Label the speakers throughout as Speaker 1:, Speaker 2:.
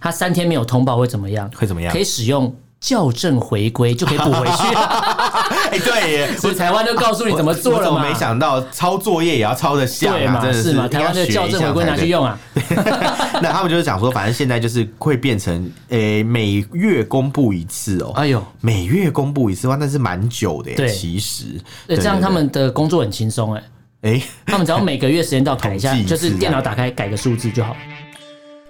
Speaker 1: 他三天没有通报会怎么样？
Speaker 2: 会怎么样
Speaker 1: 可以使用校正回归就可以补回去。
Speaker 2: 哎，对耶，
Speaker 1: 所以台湾就告诉你 怎么做
Speaker 2: 我
Speaker 1: 了
Speaker 2: 怎
Speaker 1: 嘛。
Speaker 2: 么没想到抄作业也要抄的像
Speaker 1: 对
Speaker 2: 啊？
Speaker 1: 嘛？
Speaker 2: 真的
Speaker 1: 是嘛？
Speaker 2: 应该
Speaker 1: 台湾的
Speaker 2: 学
Speaker 1: 校
Speaker 2: 一
Speaker 1: 正
Speaker 2: 下
Speaker 1: 回归
Speaker 2: 才
Speaker 1: 拿
Speaker 2: 对
Speaker 1: 去用啊。
Speaker 2: 那他们就是讲说，反正现在就是会变成，诶、每月公布一次哦、
Speaker 1: 哎呦，
Speaker 2: 每月公布一次的话，那是蛮久的耶。
Speaker 1: 对
Speaker 2: 其实，
Speaker 1: 对，这样他们的工作很轻松哎。
Speaker 2: 哎、诶
Speaker 1: 他们只要每个月时间到改一下
Speaker 2: 统计，一
Speaker 1: 就
Speaker 2: 次
Speaker 1: 是电脑打开改个数字就好。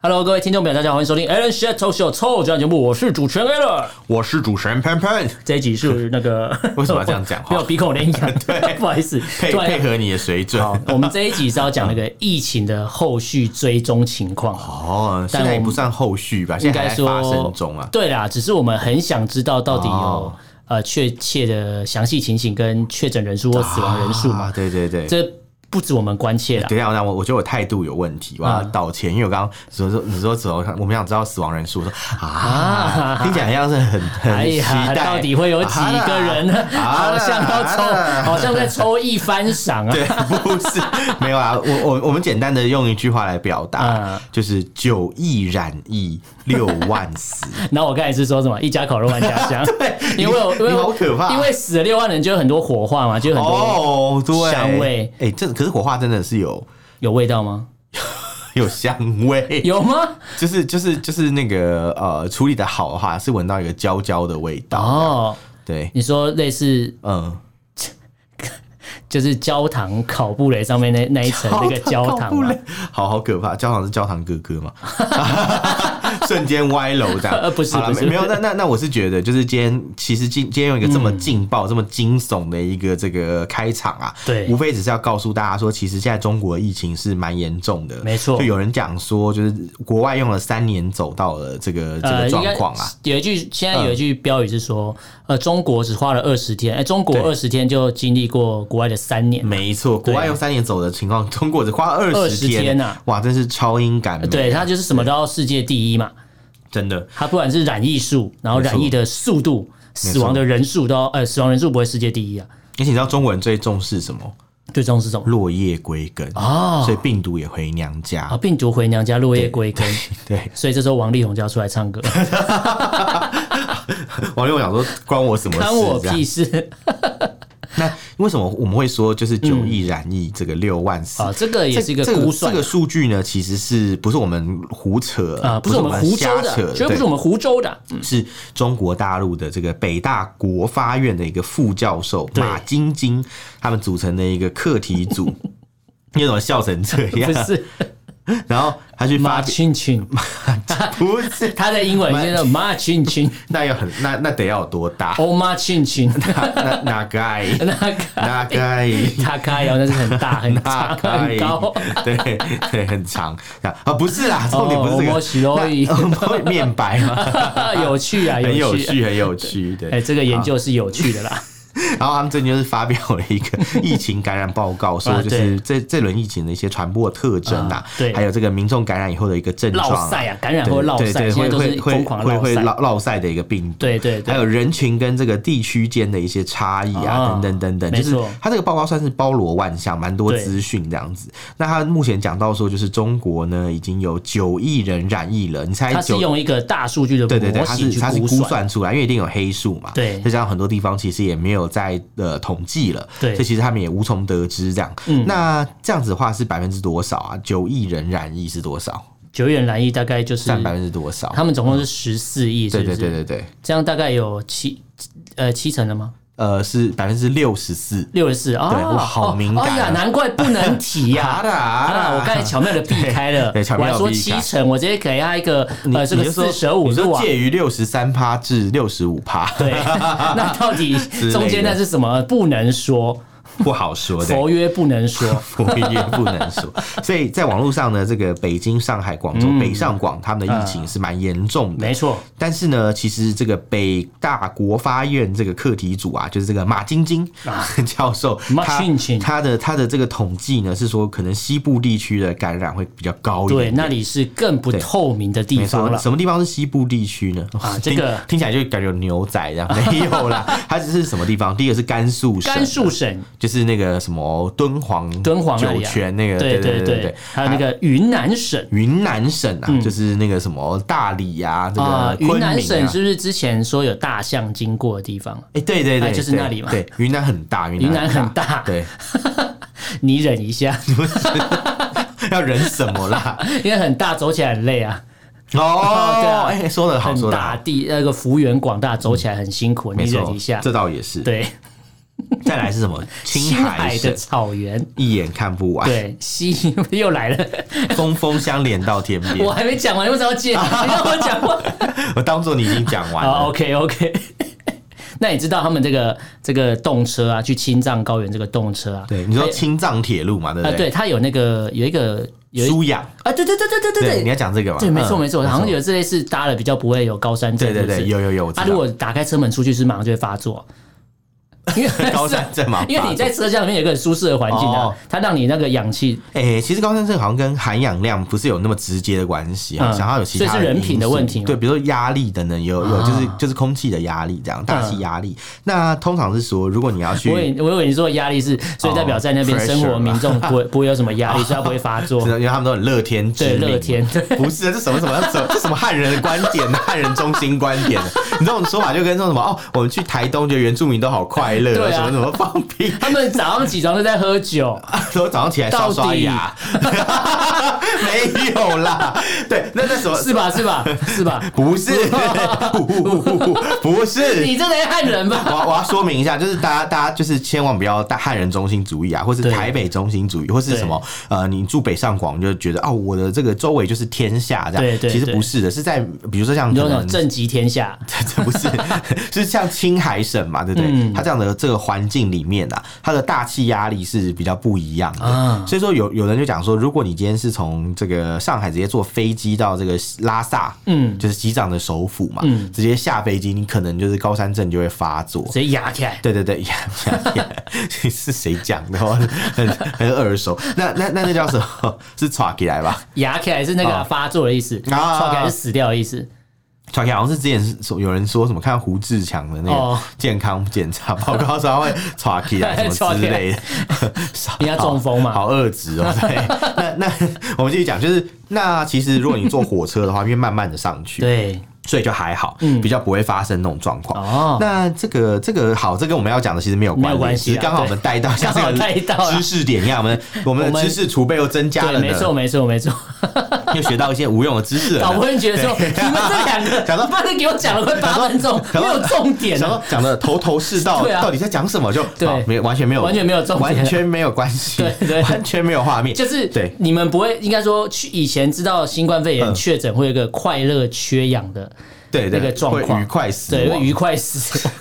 Speaker 1: Hello，各位听众朋友，大家好，欢迎收听 Alan s h a t o Show 臭这档节目，我是主持人 Alan。
Speaker 2: 我是主持人潘潘，
Speaker 1: 这一集是那个
Speaker 2: 为什么要这样讲 话
Speaker 1: 没有鼻孔连痒，
Speaker 2: 对
Speaker 1: 不好意思，
Speaker 2: 配
Speaker 1: 突然
Speaker 2: 配合你的水准。
Speaker 1: 我们这一集是要讲那个疫情的后续追踪情况，
Speaker 2: 哦，现
Speaker 1: 但
Speaker 2: 在也
Speaker 1: 我们
Speaker 2: 不算后续吧，
Speaker 1: 应
Speaker 2: 现在
Speaker 1: 该
Speaker 2: 还在
Speaker 1: 说
Speaker 2: 发生中啊。
Speaker 1: 对啦，只是我们很想知道到底有、
Speaker 2: 哦
Speaker 1: 呃确切的详细情形跟确诊人数或死亡人数嘛，
Speaker 2: 啊，对对对。
Speaker 1: 这不止我们关切 啦。
Speaker 2: 等一啊下，我我我觉得我态度有问题，我要
Speaker 1: 嗯
Speaker 2: 道歉，因为我刚刚说说你说死亡，我们想知道死亡人数，我说啊
Speaker 1: 啊，
Speaker 2: 听起来好像是很
Speaker 1: 哎
Speaker 2: 很期
Speaker 1: 呀，
Speaker 2: 待，
Speaker 1: 到底会有几个人？
Speaker 2: 啊啦
Speaker 1: 好 像要抽
Speaker 2: 啊啦，
Speaker 1: 好像在抽一番赏啊！
Speaker 2: 对，不是 没有啊，我我我们简单的用一句话来表达，
Speaker 1: 嗯
Speaker 2: 就是九亿染疫，六万死。
Speaker 1: 然后我刚才是说什么？一家烤肉万家 香， 因为我因
Speaker 2: 你
Speaker 1: 为我
Speaker 2: 好可怕
Speaker 1: 因为死了六万人就有很多火化嘛，就有很多
Speaker 2: 哦，对，
Speaker 1: 香味
Speaker 2: 哎、这可是火化真的是有
Speaker 1: 有味道吗？
Speaker 2: 有香味，
Speaker 1: 有吗？
Speaker 2: 就是就是就是那个呃，处理的好的话是闻到一个焦焦的味道。
Speaker 1: 哦，
Speaker 2: 对，
Speaker 1: 你说类似
Speaker 2: 嗯，
Speaker 1: 就是焦糖烤布雷上面那那一层那个焦
Speaker 2: 好
Speaker 1: 糖
Speaker 2: 恐怖
Speaker 1: 嘛
Speaker 2: 嘞，好好可怕，焦糖是焦糖哥哥嘛， 瞬间歪楼这样。
Speaker 1: 呃不是
Speaker 2: 好啦
Speaker 1: 不是
Speaker 2: 没没有，那那那我是觉得，就是今天其实今今天用一个这么劲爆、这么惊悚的一个这个开场啊，
Speaker 1: 嗯对
Speaker 2: 无非只是要告诉大家说，其实现在中国的疫情是蛮严重的，
Speaker 1: 没错
Speaker 2: 就有人讲说，就是国外用了三年走到了这个这个
Speaker 1: 呃，应
Speaker 2: 状
Speaker 1: 该
Speaker 2: 况啊。嗯
Speaker 1: 有一句现在有一句标语是说，呃，中国只花了二十天，哎，中国
Speaker 2: 对
Speaker 1: 二十天就经历过国外的三年，
Speaker 2: 没错，国外用三年走的情况，中国只花二十
Speaker 1: 20
Speaker 2: 天
Speaker 1: 天啊
Speaker 2: 哇，真是超英赶美、
Speaker 1: 对，它就是什么都要世界第一嘛。
Speaker 2: 真的
Speaker 1: 它不管是染疫数，然后染疫的速度、死亡的人数都要呃，死亡人数不会世界第一啊。
Speaker 2: 而且你知道中国人最重视什么？
Speaker 1: 最终是什么？
Speaker 2: 落叶归根
Speaker 1: 哦
Speaker 2: 所以病毒也回娘家。
Speaker 1: 啊，病毒回娘家，落叶归根。
Speaker 2: 对，
Speaker 1: 所以这时候王力宏就要出来唱 歌，
Speaker 2: 王力宏想说关我什么事？
Speaker 1: 关我
Speaker 2: 这样
Speaker 1: 屁 事
Speaker 2: 那为什么我们会说就是九亿染疫这个六万四？
Speaker 1: 啊！这个也是一个
Speaker 2: 这
Speaker 1: 估算
Speaker 2: 这个数据呢，其实是不是我们胡扯
Speaker 1: 啊，不是我们湖州
Speaker 2: 瞎扯
Speaker 1: 的，绝对不是我们湖州的。嗯
Speaker 2: 是中国大陆的这个北大国发院的一个副教授
Speaker 1: 对
Speaker 2: 马晶晶他们组成的一个课题 组。你怎么笑成这样
Speaker 1: 不？是
Speaker 2: 然后他去
Speaker 1: 马
Speaker 2: 发 表，
Speaker 1: 青 青，
Speaker 2: 不是，
Speaker 1: 他的英文叫做马青青，
Speaker 2: 那要很那那得要有多大？
Speaker 1: 哦马青青，
Speaker 2: 那那该
Speaker 1: 那 个
Speaker 2: 那该。
Speaker 1: 他开然后那是很大很长
Speaker 2: 大概
Speaker 1: 很高。
Speaker 2: 对对，很长啊，不是啦，重点不是这
Speaker 1: 哦
Speaker 2: 个，
Speaker 1: 我
Speaker 2: 那哦面白吗？
Speaker 1: 有趣啊，
Speaker 2: 很有
Speaker 1: 趣！
Speaker 2: 趣，很有趣，对。
Speaker 1: 哎，这个研究是有趣的啦。
Speaker 2: 然后他们最近就是发表了一个疫情感染报告，说
Speaker 1: 啊
Speaker 2: 就是这这轮疫情的一些传播特征啊
Speaker 1: 啊，对
Speaker 2: 还有这个民众感染以后的一个症状
Speaker 1: 落
Speaker 2: 啊，
Speaker 1: 赛啊，感染后
Speaker 2: 对
Speaker 1: 落
Speaker 2: 对
Speaker 1: 赛，
Speaker 2: 对，
Speaker 1: 现在
Speaker 2: 会
Speaker 1: 都是
Speaker 2: 会会
Speaker 1: 疯狂落
Speaker 2: 会会
Speaker 1: 赛。
Speaker 2: 落落赛的一个病毒，
Speaker 1: 对对对
Speaker 2: 还有人群跟这个地区间的一些差异啊，
Speaker 1: 啊
Speaker 2: 等等等等，
Speaker 1: 没
Speaker 2: 就是
Speaker 1: 错
Speaker 2: 它这个报告算是包罗万象，蛮多
Speaker 1: 对
Speaker 2: 资讯这样子。那它目前讲到说，就是中国呢已经有九亿人染疫了，你猜
Speaker 1: 它是
Speaker 2: 九？
Speaker 1: 用一个大数据的
Speaker 2: 对对对，
Speaker 1: 模
Speaker 2: 它
Speaker 1: 型
Speaker 2: 是
Speaker 1: 去
Speaker 2: 它是估
Speaker 1: 算，
Speaker 2: 算出来，因为一定有黑数嘛，
Speaker 1: 对
Speaker 2: 再加上很多地方其实也没有在呃统计了，
Speaker 1: 对嗯
Speaker 2: 所以其实他们也无从得知这样。那这样子的话是百分之多少啊？九亿人染疫是多少？
Speaker 1: 久远蓝翼大概就是
Speaker 2: 占百分之多少？
Speaker 1: 他们总共是十四亿，是不
Speaker 2: 对对
Speaker 1: 是？
Speaker 2: 对对对。
Speaker 1: 这样大概有七呃七成了吗？
Speaker 2: 呃，是百分之六十四。
Speaker 1: 六十四啊，
Speaker 2: 对我好
Speaker 1: 哦
Speaker 2: 敏感啊
Speaker 1: 哎呀，难怪不能提呀。
Speaker 2: 的
Speaker 1: 啊！我刚才巧妙的避开了，
Speaker 2: 对对巧
Speaker 1: 我
Speaker 2: 妙地
Speaker 1: 还说
Speaker 2: 避
Speaker 1: 七
Speaker 2: 开
Speaker 1: 成，我直接给他一个呃，这
Speaker 2: 你
Speaker 1: 个
Speaker 2: 就说
Speaker 1: 四舍五
Speaker 2: 你
Speaker 1: 入
Speaker 2: 说
Speaker 1: 啊。
Speaker 2: 介于六十三趴至六十五趴，
Speaker 1: 对，那到底
Speaker 2: 类的
Speaker 1: 中间那是什么？不能说。
Speaker 2: 不好说的。
Speaker 1: 佛曰不能 说，
Speaker 2: 我也不能 说。所以在网络上呢，这个北京、上海、广州、北上广他们的疫情是蛮严重的。
Speaker 1: 嗯没错，
Speaker 2: 但是呢，其实这个北大国发院这个课题组啊，就是这个马晶晶 教授，
Speaker 1: 啊马
Speaker 2: 他
Speaker 1: 晶晶
Speaker 2: 他的他的这个统计呢是说，可能西部地区的感染会比较高一
Speaker 1: 对，
Speaker 2: 点。
Speaker 1: 那里是更不透明的地
Speaker 2: 没错
Speaker 1: 方了。
Speaker 2: 什么地方是西部地区呢？
Speaker 1: 啊 这个
Speaker 2: 听听起来就感觉有牛仔 这样，没有啦，它只是什么地方？第一个是甘肃省，
Speaker 1: 甘肃省
Speaker 2: 就是那个什么敦煌、
Speaker 1: 敦煌那
Speaker 2: 酒
Speaker 1: 里啊，
Speaker 2: 泉那个，
Speaker 1: 对
Speaker 2: 对
Speaker 1: 对
Speaker 2: 对，啊
Speaker 1: 还有那个云南省
Speaker 2: 云南省啊，就是那个什么大理啊，这
Speaker 1: 啊
Speaker 2: 个，
Speaker 1: 云
Speaker 2: 昆
Speaker 1: 南
Speaker 2: 明
Speaker 1: 省
Speaker 2: 啊。
Speaker 1: 是不是之前说有大象经过的地方？
Speaker 2: 哎，对对
Speaker 1: 哎
Speaker 2: 对，
Speaker 1: 就是
Speaker 2: 对
Speaker 1: 那里嘛
Speaker 2: 对，云南很大，
Speaker 1: 云
Speaker 2: 云
Speaker 1: 南很
Speaker 2: 大，
Speaker 1: 大，
Speaker 2: 对，
Speaker 1: 你忍一下，
Speaker 2: 要忍什 么啦？
Speaker 1: 因为很大，走起来很累啊。
Speaker 2: 哦，
Speaker 1: 对啊
Speaker 2: 哎，说的好，
Speaker 1: 很
Speaker 2: 说的
Speaker 1: 大
Speaker 2: 好，嗯
Speaker 1: 地那个幅员广大，走起来很辛苦，你
Speaker 2: 没
Speaker 1: 忍
Speaker 2: 错
Speaker 1: 一下，。
Speaker 2: 这倒也是。，
Speaker 1: 对，
Speaker 2: 再来是什么？青
Speaker 1: 青
Speaker 2: 海哎
Speaker 1: 海的
Speaker 2: 省，
Speaker 1: 草 原，
Speaker 2: 一眼看不完，
Speaker 1: 对，西又来了，
Speaker 2: 峰峰相连到天边
Speaker 1: 我。还没讲完，你为什么要 接？你让我讲话。
Speaker 2: 我当做你已经讲完
Speaker 1: 好
Speaker 2: 了。
Speaker 1: ，OK OK。那你知道他们这个这个动车啊，去青藏高原这个动车啊，
Speaker 2: 对，你说
Speaker 1: 它有
Speaker 2: 青藏铁路嘛，对
Speaker 1: 啊，
Speaker 2: 不
Speaker 1: 对，？它有那个有一个有一
Speaker 2: 舒养，
Speaker 1: 啊，对对对对对
Speaker 2: 对，
Speaker 1: 对
Speaker 2: 你
Speaker 1: 对。
Speaker 2: 要讲这个嘛？
Speaker 1: 对，没错
Speaker 2: 嗯
Speaker 1: 没错，好像有这类是搭了比较不会有高山症，
Speaker 2: 对对
Speaker 1: 是
Speaker 2: 对，
Speaker 1: 不是
Speaker 2: 有有有，我知
Speaker 1: 啊，
Speaker 2: 道。
Speaker 1: 如果打开车门出去是马上就会发 作，因为，
Speaker 2: 高山症嘛
Speaker 1: 因为你在车厢里面有一个很舒适的环境啊
Speaker 2: 哦，
Speaker 1: 它让你那个氧气
Speaker 2: 哎、其实高山症好像跟含氧量不是有那么直接的关系啊，
Speaker 1: 嗯
Speaker 2: 想要有其他
Speaker 1: 所以是人品的
Speaker 2: 因素
Speaker 1: 问题吗啊
Speaker 2: 对，比如说压力等等，有有就是就是空气的压力这样，大气压力。那通常是说，如果你要去
Speaker 1: 嗯我以我以为你说压力是，所以代表在那边
Speaker 2: 哦
Speaker 1: 生活的
Speaker 2: pressure 啊
Speaker 1: 民众不会不会有什么压力，所以他不会发作
Speaker 2: 知。道因为他们都很乐天知
Speaker 1: 对，
Speaker 2: 命嘛
Speaker 1: 乐 天，对
Speaker 2: 不是，这什么什么什么这什么汉人的观点， 汉人中心观点，你这种说法就跟那种什么哦，我们去台东觉得原住民都好快乐，
Speaker 1: 对啊
Speaker 2: 什么什么放屁，
Speaker 1: 他们早上起床都在喝酒，
Speaker 2: 说早上起来刷 刷牙，没有啦，对，那那什么
Speaker 1: 是吧？是 吧？是吧？
Speaker 2: 不是， 不是。
Speaker 1: 你这人汉人吧？
Speaker 2: 我我要说明一下，就是大家大家就是千万不要大汉人中心主义啊，或是
Speaker 1: 对
Speaker 2: 台北中心主义，或是什么呃，你住北上广你就觉得哦，我的这个周围就是天下这样。
Speaker 1: 对对
Speaker 2: 其实
Speaker 1: 对
Speaker 2: 不是的，是在比如说像
Speaker 1: 你
Speaker 2: 可
Speaker 1: 说那种
Speaker 2: 能
Speaker 1: 正极天下，
Speaker 2: 这 不是，就是像青海省嘛，对不对？
Speaker 1: 嗯
Speaker 2: 它这样的这个环境里面啊，它的大气压力是比较不一样的。
Speaker 1: 啊
Speaker 2: 所以说有有人就讲说，如果你今天是从这个上海直接坐飞机到这个拉萨，
Speaker 1: 嗯
Speaker 2: 就是西藏的首府嘛，直接下飞机，你可能就是高山症就会发作。
Speaker 1: 直接压起来。
Speaker 2: 对对对，呀呀 呀是谁讲的？我哦 很很耳熟。那那那那叫什么？是喘起来吧？
Speaker 1: 牙起来是那个
Speaker 2: 啊
Speaker 1: 发作的意思，
Speaker 2: 啊
Speaker 1: 刷起来是死掉的意思。
Speaker 2: 传开好像是之前是说有人说什么看胡志强的那
Speaker 1: 哦
Speaker 2: 个健康检查报告说他会喘气啊 什么之类的，
Speaker 1: 人家中风嘛
Speaker 2: 好好恶 质哦。对，那那我们继续讲，就是那其实如果你坐火车的话，因为慢慢的上去，
Speaker 1: 对，
Speaker 2: 所以就还好，比较不会发生那种状
Speaker 1: 嗯
Speaker 2: 况。
Speaker 1: 哦，
Speaker 2: 那这个这个好，这跟我们要讲的其实没有
Speaker 1: 没有关
Speaker 2: 关
Speaker 1: 系啊
Speaker 2: 系，只是刚好我们带到像这
Speaker 1: 刚好带到
Speaker 2: 个
Speaker 1: 了
Speaker 2: 知识点一样，我们我们
Speaker 1: 我
Speaker 2: 的
Speaker 1: 们
Speaker 2: 知识储备又增加
Speaker 1: 对，
Speaker 2: 了
Speaker 1: 没错，
Speaker 2: 呢，
Speaker 1: 没错， 没错。
Speaker 2: 又学到一些无用的知识了呢。
Speaker 1: 老婆人觉得说，
Speaker 2: 对
Speaker 1: 你们这两 个，
Speaker 2: 讲到
Speaker 1: 妈的给我讲了快八分钟，没
Speaker 2: 讲到
Speaker 1: 有重点
Speaker 2: 然
Speaker 1: 啊。
Speaker 2: 后讲的头头是道，
Speaker 1: 对啊
Speaker 2: 到底在讲什么就
Speaker 1: 对
Speaker 2: 好没有完全没有
Speaker 1: 完全没有重点
Speaker 2: 完全没有关系，
Speaker 1: 对对
Speaker 2: 完全没有画面，
Speaker 1: 就是
Speaker 2: 对
Speaker 1: 你们不会应该说去以前知道新冠肺炎
Speaker 2: 嗯
Speaker 1: 确诊会有一个快乐缺氧的，
Speaker 2: 对对
Speaker 1: 那个状
Speaker 2: 会
Speaker 1: 况
Speaker 2: 愉快死
Speaker 1: 对，会
Speaker 2: 亡，
Speaker 1: 愉快死亡，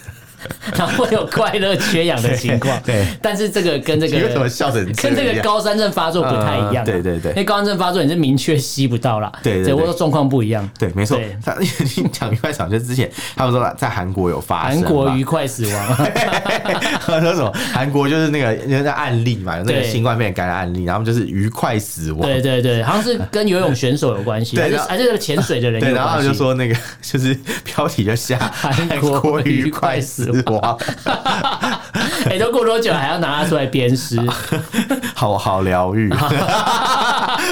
Speaker 1: 然后会有快乐缺氧的情况。
Speaker 2: 对对
Speaker 1: 但是这个跟这
Speaker 2: 你为什么
Speaker 1: 个
Speaker 2: 笑成
Speaker 1: 跟这个
Speaker 2: 样？
Speaker 1: 高山症发作不太一样啊，
Speaker 2: 嗯对对对
Speaker 1: 因为高山症发作你是明确吸不到啦，
Speaker 2: 对对对
Speaker 1: 或者状况不一样。
Speaker 2: 对，没错
Speaker 1: 对。
Speaker 2: 他 你讲愉快死亡，就是之前他们说在韩国有发
Speaker 1: 韩
Speaker 2: 生嘛，
Speaker 1: 国愉快死亡，
Speaker 2: 他说什么？韩国就是那个那个案例嘛，有那个
Speaker 1: 对
Speaker 2: 新冠肺炎感染案例，然后就是愉快死亡。
Speaker 1: 对对对，好像是跟游泳选手有关系，
Speaker 2: 对
Speaker 1: 还是
Speaker 2: 然后
Speaker 1: 还是跟潜水的人
Speaker 2: 对，
Speaker 1: 有
Speaker 2: 然后他
Speaker 1: 关
Speaker 2: 们
Speaker 1: 系
Speaker 2: 就。说那个就是标题就下
Speaker 1: 韩国
Speaker 2: 国
Speaker 1: 愉
Speaker 2: 愉
Speaker 1: 快
Speaker 2: 快
Speaker 1: 死
Speaker 2: 死亡，
Speaker 1: 哎，都过多久了还要拿它出来鞭尸？
Speaker 2: 好好 疗愈，好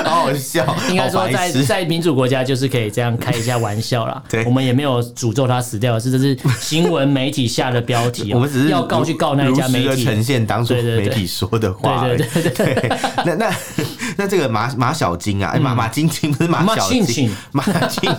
Speaker 2: 好笑，
Speaker 1: 应该说
Speaker 2: 好
Speaker 1: 在
Speaker 2: 白痴
Speaker 1: 在民主国家就是可以这样开一下玩笑啦。
Speaker 2: 对
Speaker 1: 我们也没有诅咒他死掉，是这是新闻媒体下的标题哦、
Speaker 2: 我们只是
Speaker 1: 要告去告那一
Speaker 2: 如
Speaker 1: 家媒
Speaker 2: 如实
Speaker 1: 体。
Speaker 2: 地呈现当初
Speaker 1: 对对对
Speaker 2: 媒体说的话而已。
Speaker 1: 对对
Speaker 2: 对，那那 那这个马马小金啊，哎、马马金金不是马
Speaker 1: 马
Speaker 2: 小
Speaker 1: 庆
Speaker 2: 金
Speaker 1: 庆，
Speaker 2: 马金，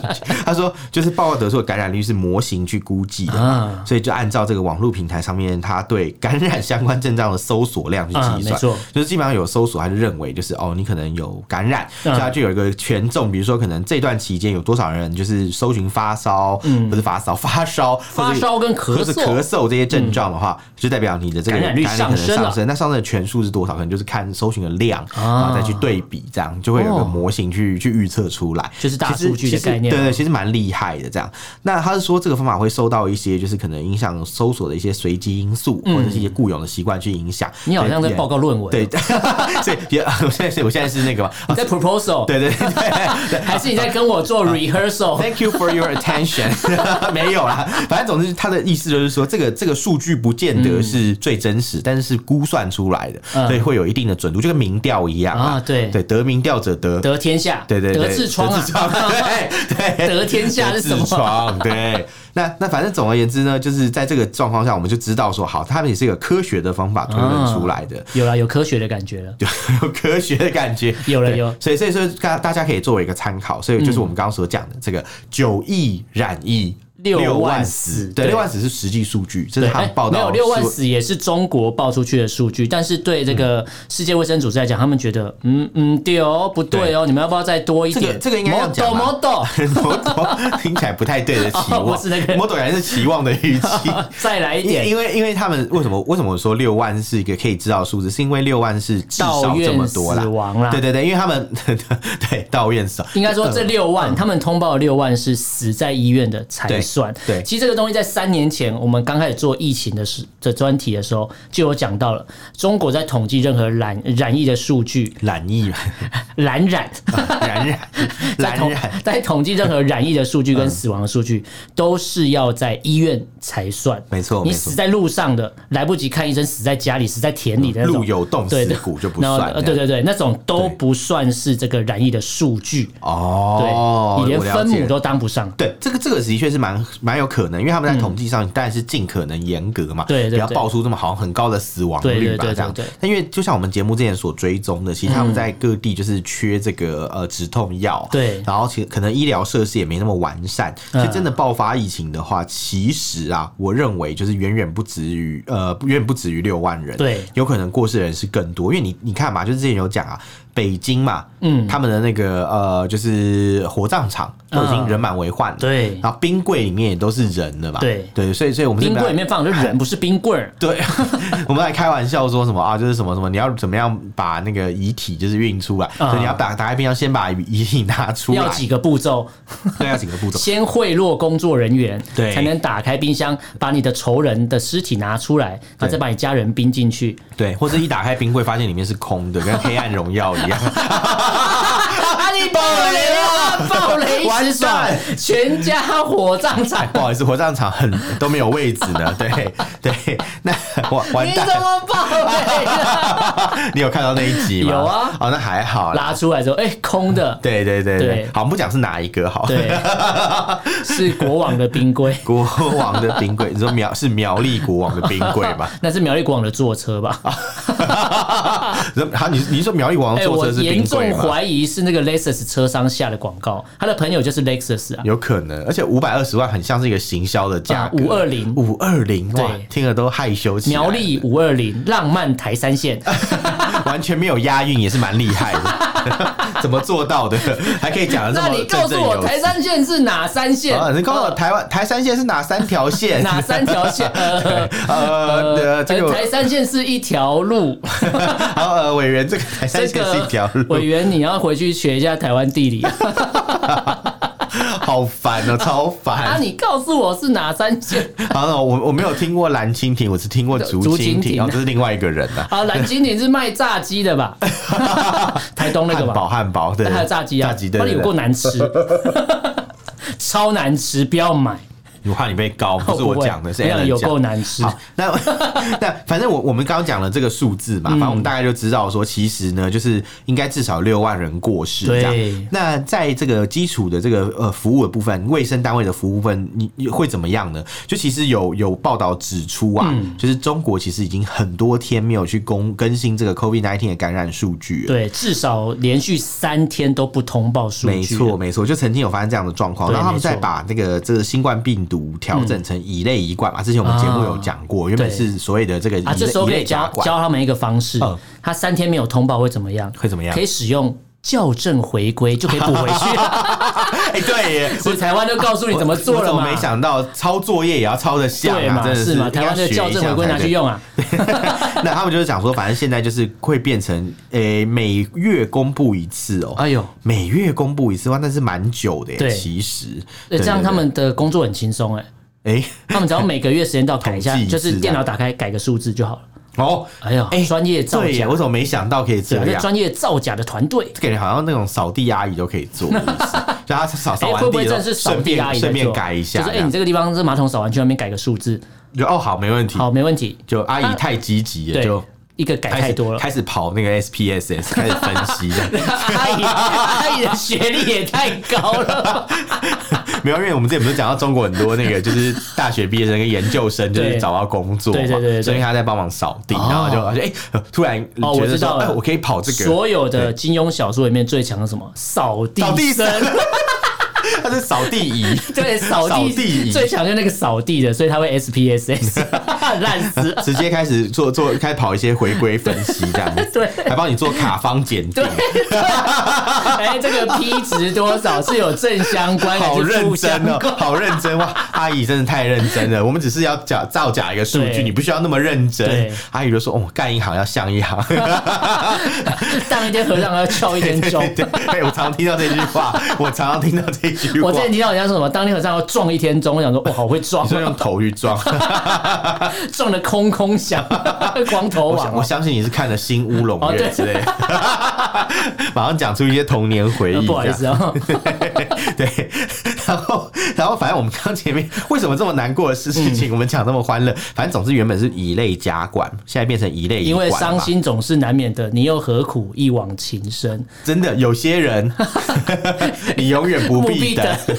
Speaker 2: 他说就是报告得出的感染率是模型去估计的嘛，
Speaker 1: 啊
Speaker 2: 所以就按照这个网络平台上面他对感染相关症状的搜索量去计
Speaker 1: 啊
Speaker 2: 算，
Speaker 1: 没错
Speaker 2: 就是基本上有搜索，他就认为就是哦，你可能有感染，
Speaker 1: 嗯
Speaker 2: 所以他就有一个权重，比如说可能这段期间有多少人就是搜寻发烧，不是发烧，发烧，
Speaker 1: 嗯发烧跟
Speaker 2: 或
Speaker 1: 咳
Speaker 2: 是咳
Speaker 1: 嗽，
Speaker 2: 嗽这些症状的话，就代表你的这个
Speaker 1: 感染率
Speaker 2: 可能
Speaker 1: 上升了
Speaker 2: 上升。那上升的权数是多少？可能就是看搜寻的量，
Speaker 1: 啊
Speaker 2: 然后再去对比，这样就会有一个
Speaker 1: 哦
Speaker 2: 模型去去预测出来。
Speaker 1: 就是大数据
Speaker 2: 其
Speaker 1: 的
Speaker 2: 实
Speaker 1: 概念
Speaker 2: 对
Speaker 1: 嘛。
Speaker 2: 对，其实蛮厉害的。这样，那他是说这个方法会受到一些就是可能影响搜索的一些随机因素，或者是一些固有的习惯去影响。
Speaker 1: 嗯你好像在
Speaker 2: 对
Speaker 1: 报告论文，
Speaker 2: 对， 所以 也我现在是我现在是 那个嘛，
Speaker 1: 你在 proposal，
Speaker 2: 对对对 对啊对。
Speaker 1: 还是你在跟我 做 rehearsal？
Speaker 2: Thank you for your attention 。 没有啦，反正总之他的意思就是说，这个这个数据不见得是最真实，但是是估算出来的，
Speaker 1: 嗯
Speaker 2: 所以会有一定的准度，就跟民调一样
Speaker 1: 啊，
Speaker 2: 啊。
Speaker 1: 对，
Speaker 2: 对，得民调者得。
Speaker 1: 得天下，
Speaker 2: 对对对，
Speaker 1: 得痔疮
Speaker 2: 得 痔疮，
Speaker 1: 啊，
Speaker 2: 对对，
Speaker 1: 得天下是什么
Speaker 2: 痔疮， 对。那那反正总而言之呢，就是在这个状况下，我们就知道说，好，他们也是一个科学的方法推
Speaker 1: 嗯
Speaker 2: 论出来的。
Speaker 1: 有了有科学的感觉了。
Speaker 2: 有 有科学的感觉，
Speaker 1: 有了
Speaker 2: 对
Speaker 1: 有
Speaker 2: 所以所以说大大家可以作为一个参考，所以就是我们刚刚所讲的这个九亿染疫。
Speaker 1: 六万死
Speaker 2: 对，
Speaker 1: 对
Speaker 2: 六万死是实际数据，这是
Speaker 1: 对，
Speaker 2: 他
Speaker 1: 哎
Speaker 2: 们报
Speaker 1: 没
Speaker 2: 道
Speaker 1: 有
Speaker 2: 的
Speaker 1: 六万
Speaker 2: 数
Speaker 1: 死也是中国报出去的数据，但是对这
Speaker 2: 嗯
Speaker 1: 个世界卫生组织来讲，他们觉得，嗯嗯，对哦，不对哦，你们要不要再多一点？
Speaker 2: 这个这个应该要讲吧啊
Speaker 1: model model，
Speaker 2: 摩托听起来不太对的期
Speaker 1: 哦
Speaker 2: 望，
Speaker 1: 不是那个
Speaker 2: 摩托感觉是期望的预 期。
Speaker 1: 再来一
Speaker 2: 因
Speaker 1: 点。
Speaker 2: 因为因为他们为什么为什么我说六万是一个可以知道的数字，是因为六万是至
Speaker 1: 到
Speaker 2: 少这么
Speaker 1: 院死
Speaker 2: 多啦。
Speaker 1: 亡啦，
Speaker 2: 对对对，因为他们 对到院少，
Speaker 1: 应该说
Speaker 2: 嗯
Speaker 1: 这六万，他们通报的六万是死在医院的才算。
Speaker 2: 对对
Speaker 1: 其实这个东西在三年前我们刚开始做疫情的时的专题的时候就有讲到了，中国在统计任何染染疫的数据，
Speaker 2: 染疫嘛，
Speaker 1: 染染
Speaker 2: 染染
Speaker 1: 在
Speaker 2: 染
Speaker 1: 统
Speaker 2: 染，
Speaker 1: 在统计任何染疫的数据跟死亡的数据，都是要在医院才算。
Speaker 2: 嗯没错
Speaker 1: 你
Speaker 2: 没错
Speaker 1: 死，在路上的，来不及看医生，死在家里，死在田里的那种
Speaker 2: 路有冻
Speaker 1: 对
Speaker 2: 死
Speaker 1: 对
Speaker 2: 骨就不
Speaker 1: 然后
Speaker 2: 算。
Speaker 1: 呃对对对，那种都
Speaker 2: 对
Speaker 1: 不算是这个染疫的数据。
Speaker 2: 哦
Speaker 1: 对，，你连
Speaker 2: 我了
Speaker 1: 分
Speaker 2: 解
Speaker 1: 母都当不上。
Speaker 2: 对，这个这个的确是蛮蛮有可能，因为他们在统计上当然是尽可能严格嘛，
Speaker 1: 对对
Speaker 2: 不要
Speaker 1: 对
Speaker 2: 爆出这么好像很高的死亡率吧，
Speaker 1: 对对对
Speaker 2: 这样
Speaker 1: 对对。
Speaker 2: 那因为就像我们节目之前所追踪的，其实他们在各地就是缺这个呃止痛药，
Speaker 1: 嗯对嗯
Speaker 2: 然后其实可能医疗设施也没那么完善，所以真的爆发疫情的话，其实啊，我认为就是远远不止于呃远远不止于六万人，
Speaker 1: 对
Speaker 2: 有可能过世的人是更多，因为你你看嘛，就是之前有讲啊，北京嘛，嗯，他们的那个呃就是火葬场都已经
Speaker 1: 嗯
Speaker 2: 人满为患了。
Speaker 1: 对，
Speaker 2: 然后冰柜里面也都是人的嘛，
Speaker 1: 对
Speaker 2: 对，所以所以我们这
Speaker 1: 冰
Speaker 2: 边
Speaker 1: 柜里面放的是人，不是冰棍儿。
Speaker 2: 对， 我们来开玩笑说什么啊，就是什么什么，你要怎么样把那个遗体就是运出来，
Speaker 1: 啊
Speaker 2: 所以你要打打开冰箱先把遗体拿出来
Speaker 1: 要，几个步骤？
Speaker 2: 对，要几个步骤，
Speaker 1: 先贿赂工作人员，
Speaker 2: 对
Speaker 1: 才能打开冰箱，把你的仇人的尸体拿出来，然后再把你家人冰进 去。
Speaker 2: 对，或者一打开冰柜发现里面是空的，跟黑暗荣耀一样，
Speaker 1: 啊！你爆雷了！爆雷一时爽
Speaker 2: 完，
Speaker 1: 全家火葬场。
Speaker 2: 不好意思，火葬场很都没有位置呢，对对，那完完
Speaker 1: 你怎
Speaker 2: 蛋。
Speaker 1: 么爆雷 了？
Speaker 2: 你有看到那一集吗？
Speaker 1: 有啊
Speaker 2: 哦，那还好啦。
Speaker 1: 拉出来之后，哎、空的，
Speaker 2: 对对对
Speaker 1: 对
Speaker 2: 对，好，我们不讲是哪一个好。
Speaker 1: 对，是国王的冰柜，
Speaker 2: 国王的冰柜，你说苗是苗栗国王的冰柜 吗？
Speaker 1: 那是苗栗国王的坐车吧？
Speaker 2: 好，你你说苗栗国王
Speaker 1: 哎、
Speaker 2: 坐
Speaker 1: 我
Speaker 2: 车是
Speaker 1: 严
Speaker 2: 冰柜
Speaker 1: 重
Speaker 2: 吗？
Speaker 1: 怀疑是那个 Lexus 车商下的广告，他的朋友就是 Lexus 啊。
Speaker 2: 有可能，而且五百二十万很像是一个行销的价格，
Speaker 1: 520
Speaker 2: 五二零，哇
Speaker 1: 对，
Speaker 2: 听了都害羞起来。
Speaker 1: 苗栗五二零浪漫台三线，
Speaker 2: 完全没有押韵，也是蛮厉害的， 怎么做到的？ 还可以讲的 这
Speaker 1: 那
Speaker 2: 么
Speaker 1: 你告
Speaker 2: 振振
Speaker 1: 诉我
Speaker 2: 有
Speaker 1: 台
Speaker 2: 词。
Speaker 1: 三线是哪三线？ 哦
Speaker 2: 啊，你告诉我台湾台三线是哪三条线？
Speaker 1: 哪三条线？呃
Speaker 2: 呃呃，这个
Speaker 1: 台三线是一条路，
Speaker 2: 好呃，委员这个台三
Speaker 1: 这
Speaker 2: 线是一条
Speaker 1: 个
Speaker 2: 路
Speaker 1: 委，员你要回去学一下台湾 地理
Speaker 2: 好烦哦，超
Speaker 1: 啊！
Speaker 2: 烦。
Speaker 1: 你告诉我是哪三线？
Speaker 2: 好了，我我没有听过蓝蜻蜓，我只听过竹
Speaker 1: 竹
Speaker 2: 蜻
Speaker 1: 蜻
Speaker 2: 蜓，
Speaker 1: 蜓
Speaker 2: 哦，这是另外一个人呐。
Speaker 1: 啊，蓝精灵是卖炸鸡的吧？ 台东那个
Speaker 2: 汉堡，
Speaker 1: 吧，
Speaker 2: 汉堡，对，
Speaker 1: 还有炸鸡啊，
Speaker 2: 炸鸡对
Speaker 1: 那里
Speaker 2: 对
Speaker 1: 有够
Speaker 2: 对，
Speaker 1: 难吃，超难吃，不要买。哦
Speaker 2: 我怕你被告，不 是我讲的，是 a
Speaker 1: 量
Speaker 2: l
Speaker 1: 有
Speaker 2: 讲
Speaker 1: 够
Speaker 2: 的。
Speaker 1: 难吃。
Speaker 2: 好，那 那反正我我们刚刚讲了这个数字
Speaker 1: 嗯
Speaker 2: 嘛，反正我们大概就知道说，其实呢，就是应该至少六万人过世这
Speaker 1: 对
Speaker 2: 样。那在这个基础的这个呃服务的部分，卫生单位的服务部分，你你会怎么样呢？就其实有有报道指出啊，
Speaker 1: 嗯
Speaker 2: 就是中国其实已经很多天没有去公更新这个 COVID nineteen 的感染数据了。
Speaker 1: 对，至少连续三天都不通报数据。啊
Speaker 2: 没错，，没错，就曾经有发生这样的状况，
Speaker 1: 对
Speaker 2: 然后他们
Speaker 1: 没错
Speaker 2: 再把这个这个新冠病毒调整成乙类乙管嘛，之前我们节目有讲过，原
Speaker 1: 嗯
Speaker 2: 本
Speaker 1: 哦对
Speaker 2: 是所谓的这个乙
Speaker 1: 啊，这
Speaker 2: 类
Speaker 1: 时候
Speaker 2: 乙
Speaker 1: 可以
Speaker 2: 类甲
Speaker 1: 教
Speaker 2: 管
Speaker 1: 教他们一个方式
Speaker 2: 嗯，
Speaker 1: 他三天没有通报会怎么样？
Speaker 2: 会怎么样
Speaker 1: 可以？使用校正回归就可以补 回去。
Speaker 2: 哎，对耶，
Speaker 1: 所以台湾都告诉 你怎么做
Speaker 2: 我
Speaker 1: 了
Speaker 2: 怎么
Speaker 1: 嘛？
Speaker 2: 没想到抄作业也要抄的像
Speaker 1: 对
Speaker 2: 啊，真
Speaker 1: 嘛？
Speaker 2: 的
Speaker 1: 是嘛？
Speaker 2: 应该
Speaker 1: 台湾的
Speaker 2: 学
Speaker 1: 校正
Speaker 2: 一下
Speaker 1: 回归
Speaker 2: 才
Speaker 1: 拿去
Speaker 2: 对。
Speaker 1: 用啊，
Speaker 2: 那他们就是讲说，反正现在就是会变成诶每月公布一次哦，
Speaker 1: 哎呦，
Speaker 2: 每月公布一次的话，那是蛮久的耶。
Speaker 1: 对
Speaker 2: 其实，
Speaker 1: 对，
Speaker 2: 对
Speaker 1: 这样
Speaker 2: 对
Speaker 1: 他们的工作很轻松哎。
Speaker 2: 哎，
Speaker 1: 他们只要每个月时间到改一下
Speaker 2: 统计，一次啊
Speaker 1: 就是电脑打开改个数字就好了。
Speaker 2: 哦，
Speaker 1: 哎呀，专业造
Speaker 2: 对耶，
Speaker 1: 假
Speaker 2: 我，怎么没想到可以
Speaker 1: 对
Speaker 2: 这
Speaker 1: 啊，这
Speaker 2: 样？
Speaker 1: 专业造假的团队，哎
Speaker 2: 感觉好像那种扫地阿姨都可以 做，是不是就她扫扫
Speaker 1: 哎，
Speaker 2: 完
Speaker 1: 会不会
Speaker 2: 地之
Speaker 1: 真
Speaker 2: 后，
Speaker 1: 的是扫
Speaker 2: 顺
Speaker 1: 地阿
Speaker 2: 便
Speaker 1: 姨
Speaker 2: 顺
Speaker 1: 在
Speaker 2: 便
Speaker 1: 做
Speaker 2: 改一下
Speaker 1: 就是
Speaker 2: 这
Speaker 1: 哎，你
Speaker 2: 样，
Speaker 1: 这个地方是马桶扫完去外面改个数字，
Speaker 2: 就哦好，没问题。
Speaker 1: 好，没问题。
Speaker 2: 就阿姨太积极了，
Speaker 1: 对
Speaker 2: 就，
Speaker 1: 一个改
Speaker 2: 哎开
Speaker 1: 太
Speaker 2: 始
Speaker 1: 多了。
Speaker 2: 开始跑那个 SPSS，开始 分析这样。
Speaker 1: 阿姨，阿姨的学历也太高了吧。
Speaker 2: 没有，因为我们之前不是讲到中国很多那个就是大学毕业生跟研究生就是
Speaker 1: 对
Speaker 2: 找到工作嘛，
Speaker 1: 对对对对对
Speaker 2: 所以他在帮忙扫地，然后就而且哎，突然
Speaker 1: 哦我
Speaker 2: 觉得
Speaker 1: 知
Speaker 2: 说
Speaker 1: 道了
Speaker 2: 哎，我可以跑这个，
Speaker 1: 所有的金庸小说里面最强的什么？扫地
Speaker 2: 扫地
Speaker 1: 僧
Speaker 2: 僧。 他是扫地仪，
Speaker 1: 对，扫
Speaker 2: 扫
Speaker 1: 地
Speaker 2: 地
Speaker 1: 最强就那个扫地的，所以他会 SPSS，烂 死了。
Speaker 2: 直接开始做做开始跑一些回归分析这样子，
Speaker 1: 对
Speaker 2: 还帮你做卡方检定
Speaker 1: 对，，对哎，这个 P 值多少是有正相关，还
Speaker 2: 好
Speaker 1: 是
Speaker 2: 认
Speaker 1: 负相
Speaker 2: 真哦
Speaker 1: 关？，
Speaker 2: 好认真哇！阿姨真的太认真了，我们只是要假造假一个数据，
Speaker 1: 对
Speaker 2: 你不需要那么认真
Speaker 1: 对。
Speaker 2: 阿姨就说：“哦，干一行要像一行。
Speaker 1: 当一天和尚要敲一天钟。
Speaker 2: 对”哎，我常听到这句 话，我常常听到这句话。
Speaker 1: 我之前听到人家说什么，当天和尚要撞一天钟，我想说，哇，好会撞啊
Speaker 2: 你，说用头去 撞，
Speaker 1: 撞的空空响， 光头
Speaker 2: 我
Speaker 1: 王
Speaker 2: 想我
Speaker 1: 哦。
Speaker 2: 相信你是看了《新乌龙
Speaker 1: 哦
Speaker 2: 院
Speaker 1: 对》
Speaker 2: 之类的， 马上讲出一些童年回忆。
Speaker 1: 不好意思
Speaker 2: 这样，
Speaker 1: 啊，
Speaker 2: 对，然后然后反正我们刚前面为什么这么难过的事
Speaker 1: 嗯
Speaker 2: 事情，我们讲那么欢乐，反正总之原本是乙类甲管，现在变成乙类乙
Speaker 1: 因为
Speaker 2: 管
Speaker 1: 伤
Speaker 2: 嘛
Speaker 1: 心总是难免的，你又何苦一往情深？
Speaker 2: 真的有些人， 你永远不必等。
Speaker 1: 不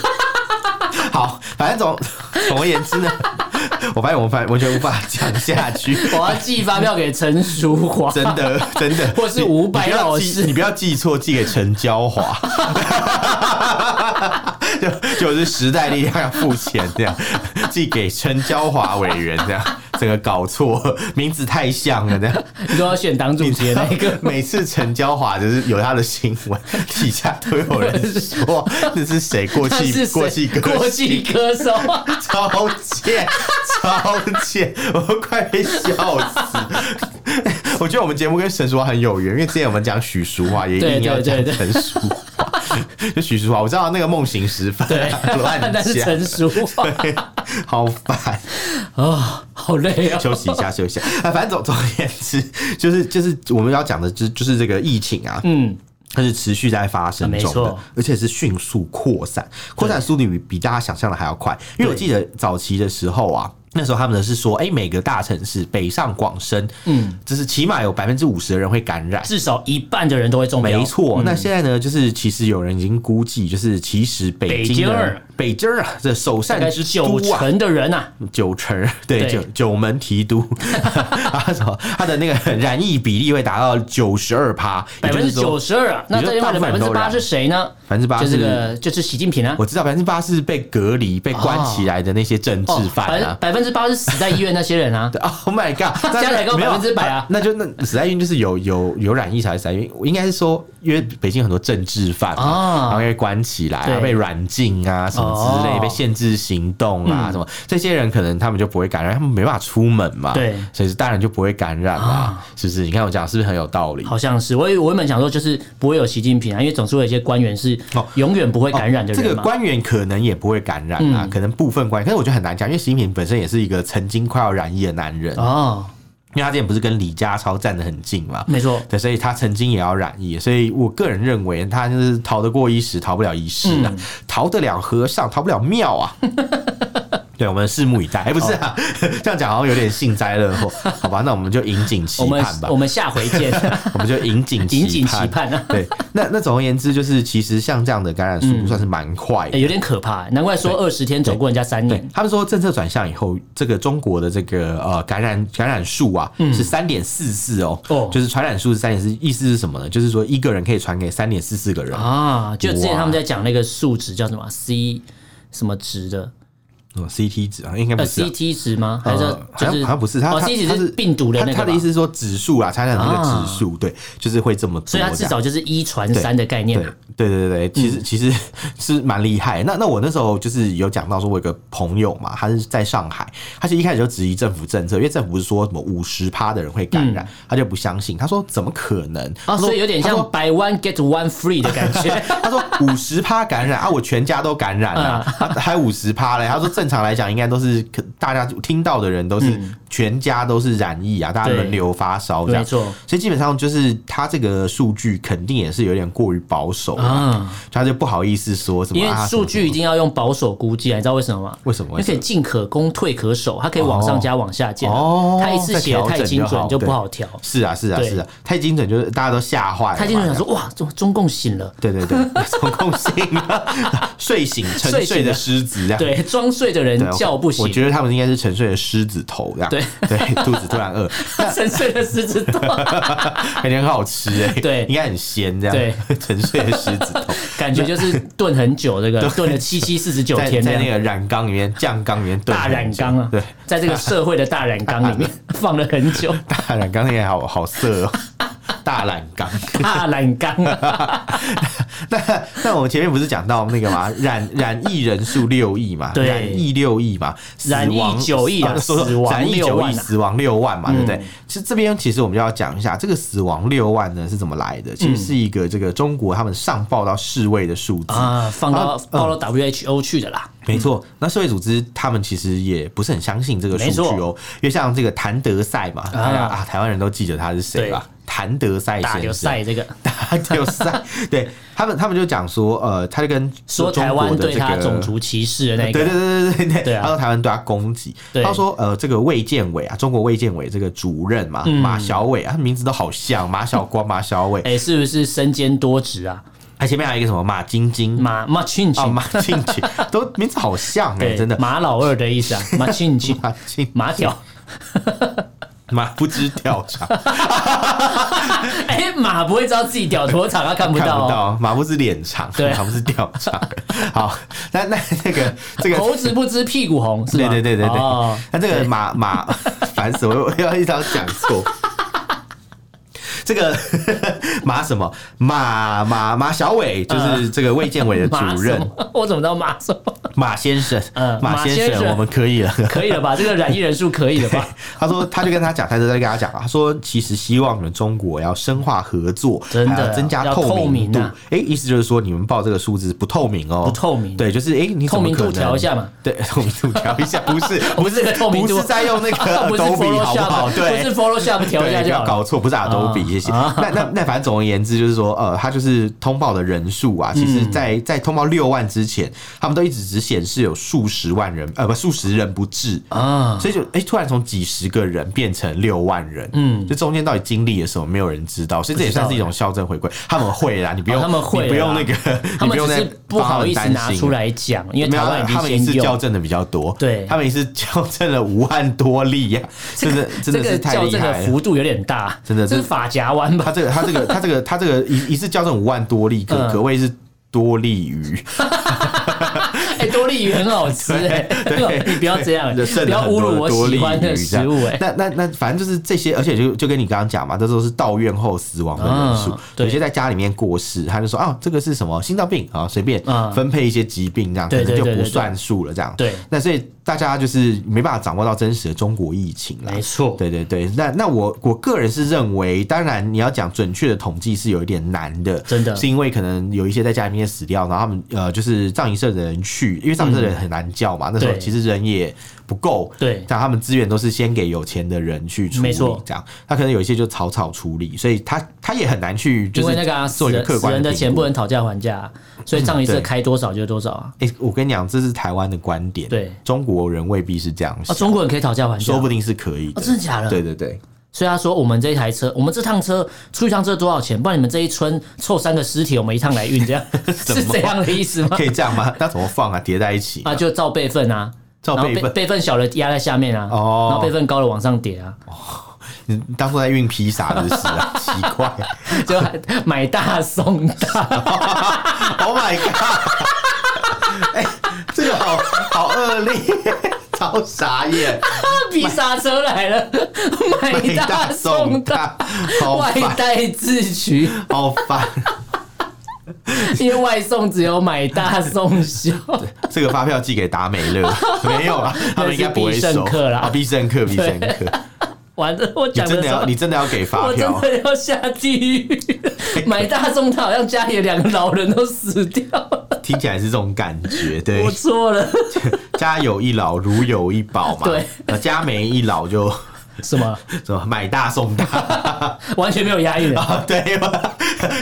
Speaker 2: 好，反正总 总而言之呢， 我发现我反完全无法讲 下去。
Speaker 1: 我要寄发票给陈淑华，
Speaker 2: 真的，真的，
Speaker 1: 或是
Speaker 2: 你
Speaker 1: 伍佰
Speaker 2: 你不要
Speaker 1: 老
Speaker 2: 寄
Speaker 1: 师
Speaker 2: 你不要记错，寄给陈娇华， 就就是时代力量要付钱这样，寄给陈娇华委员这样，整个搞错名字太像了这样。。
Speaker 1: 你都要选党主席的那一个
Speaker 2: 每次陈娇华就是有他的新闻，底下都有人说那是谁过
Speaker 1: 他
Speaker 2: 气
Speaker 1: 是
Speaker 2: 过气
Speaker 1: 谁
Speaker 2: 歌
Speaker 1: 过
Speaker 2: 手
Speaker 1: 气歌 手，
Speaker 2: 超贱，超贱，我都快被笑死。我觉得我们节目跟陈淑桦很有缘，因为之前我们讲许淑桦，也一定要讲
Speaker 1: 对对
Speaker 2: 陈淑桦。就许淑桦，我知道那个梦醒时分
Speaker 1: 对，
Speaker 2: 乱
Speaker 1: 那是
Speaker 2: 讲
Speaker 1: 陈，淑桦
Speaker 2: 对好烦。
Speaker 1: 啊，好累啊、
Speaker 2: 休息 一下，休息一下。啊，反正总总而言之，就是就是我们要讲的，就是就是这个疫情啊，
Speaker 1: 嗯，
Speaker 2: 它是持续在发生
Speaker 1: 啊没
Speaker 2: 中的
Speaker 1: 错，
Speaker 2: 而且是迅速扩散，扩散速率比比大家想象的还要快。因为我记得早期的时候啊。那时候他们的是说，哎、每个大城市，北上广深，嗯，就是起码有百分之五十的人会感染，
Speaker 1: 至少一半的人都会中标。
Speaker 2: 没错，那现在呢，就是其实有人已经估计，就是其实北京
Speaker 1: 北京
Speaker 2: 的
Speaker 1: 儿
Speaker 2: 北京儿啊，这首
Speaker 1: 大
Speaker 2: 善
Speaker 1: 概
Speaker 2: 之
Speaker 1: 九
Speaker 2: 都啊，
Speaker 1: 成的人啊，
Speaker 2: 九成儿， 对
Speaker 1: 对
Speaker 2: 九九门提督， 他什么他的那个染疫比例会达到九十二趴，
Speaker 1: 百
Speaker 2: 也就
Speaker 1: 分
Speaker 2: 是
Speaker 1: 之九
Speaker 2: 说
Speaker 1: 十二啊，那这另外的
Speaker 2: 大
Speaker 1: 百分
Speaker 2: 部分
Speaker 1: 之
Speaker 2: 都啊
Speaker 1: 八
Speaker 2: 染
Speaker 1: 是谁呢？
Speaker 2: 8%
Speaker 1: 就这个就是习近平啊。
Speaker 2: 我知道百分之八是被隔离、被关起
Speaker 1: 哦
Speaker 2: 来的那些政治
Speaker 1: 百
Speaker 2: 犯
Speaker 1: 分
Speaker 2: 啊。
Speaker 1: 哦百分之八是死在医院那些人啊。
Speaker 2: 对 Oh my god！
Speaker 1: 加起来够
Speaker 2: 没有
Speaker 1: 100%啊
Speaker 2: 那就那史在运就是有有有染疫才是史在运，应该是说，因为北京很多政治犯嘛，
Speaker 1: 啊
Speaker 2: 然后被关起来、啊，
Speaker 1: 对
Speaker 2: 被软禁啊什么之类，
Speaker 1: 哦嗯
Speaker 2: 被限制行动啊什么，这些人可能他们就不会感染，他们没办法出门嘛，
Speaker 1: 对啊
Speaker 2: 所以当然就不会感染嘛，是不是？你看我讲是不是很有道理？
Speaker 1: 好像是，我我原本想说就是不会有习近平啊，因为总是会有一些官员是
Speaker 2: 哦
Speaker 1: 永远不会感染的
Speaker 2: 这
Speaker 1: 人
Speaker 2: 个
Speaker 1: 嘛。嗯
Speaker 2: 官员可能也不会感染啊，可能部分官员，可是我觉得很难讲，因为习近平本身也是一个曾经快要染疫的男人，啊
Speaker 1: 哦，
Speaker 2: 因为他之前不是跟李家超站得很近嘛，
Speaker 1: 没错，
Speaker 2: 对，所以他曾经也要染疫，所以我个人认为他就是
Speaker 1: 嗯
Speaker 2: 逃得过一时，逃不了一世啊，逃得了和尚，逃不了庙啊。对，我们拭目以待。哎、不是啊，
Speaker 1: 哦
Speaker 2: 这样讲好像有点幸灾乐祸， 好吧？那我们就引颈期
Speaker 1: 我们
Speaker 2: 盼吧。
Speaker 1: 我们下回见，
Speaker 2: 我们就引颈
Speaker 1: 引颈期盼啊。
Speaker 2: 对，那那总而言之，就是其实像这样的感染速
Speaker 1: 嗯
Speaker 2: 度算是蛮快的。
Speaker 1: 欸有点可怕、难怪说二十天走过人家三
Speaker 2: 对
Speaker 1: 年。
Speaker 2: 他们说，政策转向以后，这个中国的这个呃感染感染数啊、是三点四四哦，
Speaker 1: 嗯哦
Speaker 2: 就是传染数是三点四，意思是什么呢？就是说一个人可以传给三点四四个人，
Speaker 1: 啊，就之前他们在讲那个数值叫什么啊 C 什么值的，
Speaker 2: 嗯，CT 值啊，应该不
Speaker 1: 呃
Speaker 2: 是啊、
Speaker 1: CT 值吗？还
Speaker 2: 呃
Speaker 1: 是
Speaker 2: 好
Speaker 1: 就
Speaker 2: 像
Speaker 1: 是
Speaker 2: 好像不是，他
Speaker 1: 哦
Speaker 2: 他
Speaker 1: ，CT
Speaker 2: 他
Speaker 1: 值
Speaker 2: 是
Speaker 1: 是病毒的那个吧
Speaker 2: 他他的意思是说指数啊，传染那
Speaker 1: 啊
Speaker 2: 个指数，对，就是会这么多
Speaker 1: 所
Speaker 2: 这
Speaker 1: 以
Speaker 2: 样。
Speaker 1: 它至少就是一传三的概念
Speaker 2: 对
Speaker 1: 啊。
Speaker 2: 对对对对，其实、其实 是蛮厉害。那那我那时候就是有讲到说，我有个朋友嘛，他是在上海，他是一开始就质疑政府政策，因为政府不是说什么五十趴的人会感染，他就不相信，他说怎么可能？
Speaker 1: 啊，嗯所以有点
Speaker 2: 他
Speaker 1: 像
Speaker 2: 说
Speaker 1: 百 one get one free 的感觉。
Speaker 2: 他说五十趴感染啊，我全家都感染了、
Speaker 1: 嗯
Speaker 2: 啊，还五十趴嘞。他说正常来讲应该都是可大家听到的人都是、全家都是染疫啊，大
Speaker 1: 嗯
Speaker 2: 家
Speaker 1: 对
Speaker 2: 轮流发烧这样。
Speaker 1: 没错
Speaker 2: 所以基本上就是他这个数据肯定也是有点过于保守 啊
Speaker 1: 啊，
Speaker 2: 他就不好意思说什么
Speaker 1: 因为
Speaker 2: 啊
Speaker 1: 数
Speaker 2: 什么
Speaker 1: 据一定要用保守估计啊，你知道为什么吗？
Speaker 2: 为什么
Speaker 1: 因为可以进可攻，退可守，它可以往上加往下减啊。
Speaker 2: 哦
Speaker 1: 它一次写的太精
Speaker 2: 再调整就
Speaker 1: 准
Speaker 2: 好
Speaker 1: 就不好调。
Speaker 2: 是啊是啊
Speaker 1: 对
Speaker 2: 是啊，太精准就是大家都吓坏了，
Speaker 1: 太精准想说，。哇，中中共醒了，
Speaker 2: 对对对， 从共性睡醒沉
Speaker 1: 睡醒
Speaker 2: 睡
Speaker 1: 了
Speaker 2: 的狮子这样，
Speaker 1: 对，装睡的人
Speaker 2: 对我
Speaker 1: 叫不醒
Speaker 2: 我。觉得他们应该是沉睡的狮子头这样，
Speaker 1: 对
Speaker 2: 肚子突然 饿，
Speaker 1: 沉睡的狮子 座，
Speaker 2: 感觉很好吃哎、
Speaker 1: 对
Speaker 2: 应该很鲜这样，
Speaker 1: 对，
Speaker 2: 沉睡的狮 子头。
Speaker 1: 感觉就是炖很久，这个炖了七七四十九
Speaker 2: 在
Speaker 1: 天这
Speaker 2: 在那
Speaker 1: 样。
Speaker 2: 个染缸里面、酱缸里面炖
Speaker 1: 大
Speaker 2: 很
Speaker 1: 染
Speaker 2: 久
Speaker 1: 缸啊
Speaker 2: 对，，
Speaker 1: 在这个社会的大染缸 里面放了很久，
Speaker 2: 大染缸那个好好色哦、 大染缸。
Speaker 1: 大染缸啊，
Speaker 2: 那那我们前面不是讲到那 个嘛，染染疫人数六亿嘛，
Speaker 1: 对
Speaker 2: 染疫六亿嘛，死
Speaker 1: 染疫
Speaker 2: 亡
Speaker 1: 九亿啊
Speaker 2: 呃 说
Speaker 1: 死亡
Speaker 2: 染疫
Speaker 1: 六
Speaker 2: 九
Speaker 1: 万
Speaker 2: 亿，
Speaker 1: 啊
Speaker 2: 死亡六万嘛，对不对？其实这边其实我们就要讲一下，这个死亡六万呢是怎么来的？其实
Speaker 1: 嗯
Speaker 2: 是一个这个中国他们上报到世卫的数字，
Speaker 1: 放到
Speaker 2: 啊
Speaker 1: 报到 WHO 去的啦。
Speaker 2: 没错，那社会组织他们其实也不是很相信这个数据
Speaker 1: 没
Speaker 2: 哦，因为像这个谭德赛嘛，大家啊，台湾人都记得他是谁吧？谭德赛
Speaker 1: 打
Speaker 2: 先
Speaker 1: 流
Speaker 2: 生，
Speaker 1: 赛这个，
Speaker 2: 打丢 赛，对他们，他们就讲说，呃，他就跟
Speaker 1: 说
Speaker 2: 中
Speaker 1: 台
Speaker 2: 国
Speaker 1: 湾
Speaker 2: 的
Speaker 1: 对
Speaker 2: 这
Speaker 1: 他
Speaker 2: 个
Speaker 1: 种族歧视的那
Speaker 2: 对
Speaker 1: 个，
Speaker 2: 对对对对
Speaker 1: 对
Speaker 2: 对，
Speaker 1: 啊
Speaker 2: 他说台湾对他攻击，
Speaker 1: 对
Speaker 2: 他说呃，这个卫健委啊，中国卫健委这个主任嘛，马小伟啊，他名字都好像，马小光、马小伟，
Speaker 1: 嗯哎，是不是身兼多职啊？
Speaker 2: 他前面还有一个什么马晶晶。
Speaker 1: 马马庆
Speaker 2: 啊，
Speaker 1: 庆，
Speaker 2: 马静静都名字好像哎、
Speaker 1: 对，
Speaker 2: 真的
Speaker 1: 马老二的意思 啊，马庆庆，
Speaker 2: 马静
Speaker 1: 马屌，
Speaker 2: 马不知调查，
Speaker 1: 哎，马不会知道自己屌多长，他看不
Speaker 2: 看
Speaker 1: 到
Speaker 2: 不
Speaker 1: 哦。
Speaker 2: 到，马不是脸长，
Speaker 1: 对
Speaker 2: 马不是调查。好，那那那个这个
Speaker 1: 猴子不知屁股红是
Speaker 2: 对
Speaker 1: 吗？
Speaker 2: 对对对对
Speaker 1: 哦，
Speaker 2: 那这个马马 烦死我，我要一直要讲错。 这个 马什么马马马小伟，就是这个卫健委的
Speaker 1: 嗯马
Speaker 2: 主
Speaker 1: 什
Speaker 2: 任
Speaker 1: 么 我怎么知道马什么？
Speaker 2: 马先生
Speaker 1: 嗯，马
Speaker 2: 马
Speaker 1: 先
Speaker 2: 先
Speaker 1: 生
Speaker 2: 生，我们可以了。
Speaker 1: 可以了吧？这个染疫人数可以了吧？
Speaker 2: 他说，他就跟他讲，他就在跟他讲啊，他说其实希望你们中国要深化合作，
Speaker 1: 真的
Speaker 2: 还要增加
Speaker 1: 要
Speaker 2: 透明度。
Speaker 1: 透明
Speaker 2: 哎
Speaker 1: 啊、
Speaker 2: 意思就是说你们报这个数字不透明哦，
Speaker 1: 不透明
Speaker 2: 对，就是哎、你怎
Speaker 1: 透
Speaker 2: 么
Speaker 1: 明
Speaker 2: 可
Speaker 1: 度
Speaker 2: 能
Speaker 1: 调一下嘛，
Speaker 2: 对， 透明度调一下，不 是 不
Speaker 1: 这个透明度
Speaker 2: 不是在用那
Speaker 1: 不
Speaker 2: 个
Speaker 1: 是
Speaker 2: d o b e
Speaker 1: Photoshop，啊
Speaker 2: 好不好？对，
Speaker 1: 不是 Photoshop 调一下
Speaker 2: 对，不
Speaker 1: 就
Speaker 2: 要
Speaker 1: 好了。啊
Speaker 2: 搞错，不是阿斗比，谢谢。 那那那反正总而言之，就是说，呃，他就是通报的人数啊，其实
Speaker 1: 嗯
Speaker 2: 在在通报六万之前，他们都一直只显示有数十万人，呃，不，数十人不治
Speaker 1: 啊
Speaker 2: 啊，所以就哎、突然从几十个人变成六万人，嗯，就中间到底经历了什么，没有人知道，所以这也算是一种校正回归。他们会啦，你不用，
Speaker 1: 哦他们会啦
Speaker 2: 你不用那个，
Speaker 1: 他
Speaker 2: 你不
Speaker 1: 们只
Speaker 2: 用那
Speaker 1: 是不好意思拿出。来讲，因为
Speaker 2: 没
Speaker 1: 台
Speaker 2: 有，啊
Speaker 1: 湾
Speaker 2: 他们
Speaker 1: 已
Speaker 2: 一
Speaker 1: 经
Speaker 2: 次
Speaker 1: 先
Speaker 2: 校
Speaker 1: 用。
Speaker 2: 正的比较多，
Speaker 1: 对
Speaker 2: 他们一次校正了五万多例呀、真的真
Speaker 1: 这
Speaker 2: 的
Speaker 1: 个
Speaker 2: 是太
Speaker 1: 校
Speaker 2: 厉
Speaker 1: 正的
Speaker 2: 害了。
Speaker 1: 幅度有点大，
Speaker 2: 真的
Speaker 1: 这是
Speaker 2: 这
Speaker 1: 法夹弯吧
Speaker 2: 他？这个他 这个他这个他这个一一次校正五万多例，可
Speaker 1: 嗯
Speaker 2: 可谓是多利鱼，
Speaker 1: 哎，多利鱼很好 吃哎，你不 要这样，
Speaker 2: 剩
Speaker 1: 不
Speaker 2: 了
Speaker 1: 要
Speaker 2: 很
Speaker 1: 侮
Speaker 2: 多
Speaker 1: 辱我
Speaker 2: 多利
Speaker 1: 喜欢的
Speaker 2: 鱼这
Speaker 1: 食
Speaker 2: 样
Speaker 1: 物哎。
Speaker 2: 那那那反正就是这些，而且就就跟你刚刚讲嘛，这都是到院后死亡的人数
Speaker 1: 嗯，对
Speaker 2: 有些在家里面过世，他就说啊，这个是什么心脏病啊，随便
Speaker 1: 嗯
Speaker 2: 分配一些疾病这样，可
Speaker 1: 对
Speaker 2: 能
Speaker 1: 对
Speaker 2: 就
Speaker 1: 对
Speaker 2: 不
Speaker 1: 对对
Speaker 2: 算数了这样。
Speaker 1: 对
Speaker 2: 那所以大家就是没办法掌握到真实的中国疫情啦
Speaker 1: 没。错，
Speaker 2: 对对对，那那我我个人是认为，当然你要讲准确的统计是有一点难的，
Speaker 1: 真的
Speaker 2: 是因为可能有一些在家里面死掉，然后他们呃就是葬仪社的人去，因为上课的人很难叫嘛，那时候
Speaker 1: 对
Speaker 2: 其实人也不够，
Speaker 1: 对
Speaker 2: 但他们资源都是先给有钱的人去处
Speaker 1: 没
Speaker 2: 理，
Speaker 1: 错
Speaker 2: 这样，他可能有一些就草草处理，所以他他也很难去就
Speaker 1: 因
Speaker 2: 是
Speaker 1: 为那个啊
Speaker 2: 做
Speaker 1: 死
Speaker 2: 一个
Speaker 1: 人
Speaker 2: 客
Speaker 1: 死
Speaker 2: 观
Speaker 1: 人的
Speaker 2: 评
Speaker 1: 钱
Speaker 2: 估嗯
Speaker 1: 不能讨价还价啊，所以葬仪社
Speaker 2: 对
Speaker 1: 开多少就多少啊。
Speaker 2: 哎、我跟你讲，这是台湾的观点，
Speaker 1: 对
Speaker 2: 中国人未必是这样
Speaker 1: 啊，
Speaker 2: 想，
Speaker 1: 中国人可以讨价还价，
Speaker 2: 说不定是可以的，
Speaker 1: 哦真的假的
Speaker 2: 对对对，
Speaker 1: 所以他说我们这一台车，我们这趟车出一趟车多少钱？不然你们这一村凑三个尸体，我们一趟来运， 这样是这样的意思吗
Speaker 2: 可？以这样吗？那怎么放啊？叠在一起
Speaker 1: 啊，就照辈分啊，
Speaker 2: 照
Speaker 1: 然后
Speaker 2: 备
Speaker 1: 辈
Speaker 2: 份，
Speaker 1: 辈分小的压在下面啊，
Speaker 2: 哦
Speaker 1: 然后辈分高的往上叠 啊，
Speaker 2: 你当初在运披萨的是 啊，奇怪
Speaker 1: 就还买大送大，
Speaker 2: ，Oh my god！哎、这个好好恶劣，超傻眼，
Speaker 1: 比刹车来 了，买
Speaker 2: 北
Speaker 1: 大
Speaker 2: 大
Speaker 1: 送
Speaker 2: 送
Speaker 1: 大，
Speaker 2: 大，哦好
Speaker 1: 外
Speaker 2: 烦，
Speaker 1: 带自取，
Speaker 2: 好烦。
Speaker 1: 因为外送只有买大送小。
Speaker 2: 这个发票寄给达美 乐，没有啊，他们应该不会
Speaker 1: 那是必
Speaker 2: 收。
Speaker 1: 胜客啦
Speaker 2: 啊，必胜客，必胜 客，
Speaker 1: 完了，我
Speaker 2: 你
Speaker 1: 讲
Speaker 2: 真
Speaker 1: 的
Speaker 2: 的
Speaker 1: 时
Speaker 2: 要，
Speaker 1: 候
Speaker 2: 你。真的要给发
Speaker 1: 我真
Speaker 2: 票。哎
Speaker 1: 的要下地狱！买大众，他好像家里的两个老人都死掉了，
Speaker 2: 听起来是这种感觉，对
Speaker 1: 我，错了。
Speaker 2: 家有一老如有一宝嘛，
Speaker 1: 对
Speaker 2: 呃，家没一老就
Speaker 1: 什么？
Speaker 2: 什么买大送大，
Speaker 1: 完全没有押韵啊！
Speaker 2: 啊对 吧？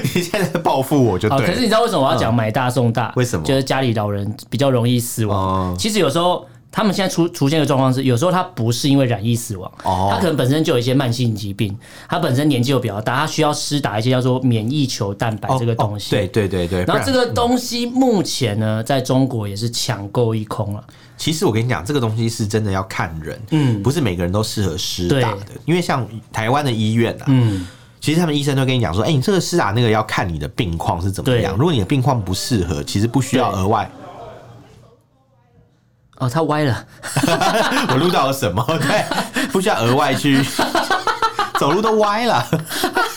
Speaker 2: 你现在在报复我就
Speaker 1: 好，
Speaker 2: 对
Speaker 1: 啊可是你
Speaker 2: 了，
Speaker 1: 知道为什么我要讲买大送大？
Speaker 2: 为什么
Speaker 1: 就是家里老人比较容易死亡。
Speaker 2: 哦
Speaker 1: 其实有时候他们现在出出现的状况是，有时候他不是因为染疫死亡，
Speaker 2: 哦
Speaker 1: 他可能本身就有一些慢性疾病，他本身年纪又比较大，他需要施打一些叫做免疫球蛋白
Speaker 2: 哦
Speaker 1: 这个东西。
Speaker 2: 哦对对对对。
Speaker 1: 然后
Speaker 2: 不
Speaker 1: 这个东西目前呢，在中国也是抢购一空了。
Speaker 2: 其实我跟你讲，这个东西是真的要看人，
Speaker 1: 嗯
Speaker 2: 不是每个人都适合施打的，因为像台湾的医院啊，
Speaker 1: 嗯，
Speaker 2: 其实他们医生都跟你讲说，哎、你这个施打那个要看你的病况是怎么样。
Speaker 1: 对
Speaker 2: 如果你的病况不适合，其实不需要额外。
Speaker 1: 哦，他歪了。
Speaker 2: 我录到了什么？对，不需要额外 去，走路都歪了，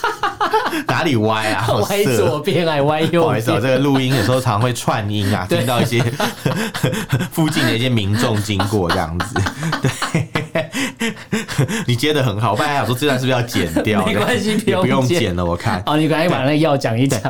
Speaker 2: 哪里歪啊？好
Speaker 1: 歪左
Speaker 2: 色。
Speaker 1: 边还歪右边，
Speaker 2: 不好意思、哦，这个录音有时候常会串音啊，
Speaker 1: 对
Speaker 2: 听到一 些附近的一些民众经过这样子。对，你接的很好，我本来想说这段是不是要剪掉？
Speaker 1: 没关系
Speaker 2: 也
Speaker 1: 不用
Speaker 2: 不用
Speaker 1: 剪
Speaker 2: 剪了。我看，
Speaker 1: 哦，你赶紧把那个药讲一讲。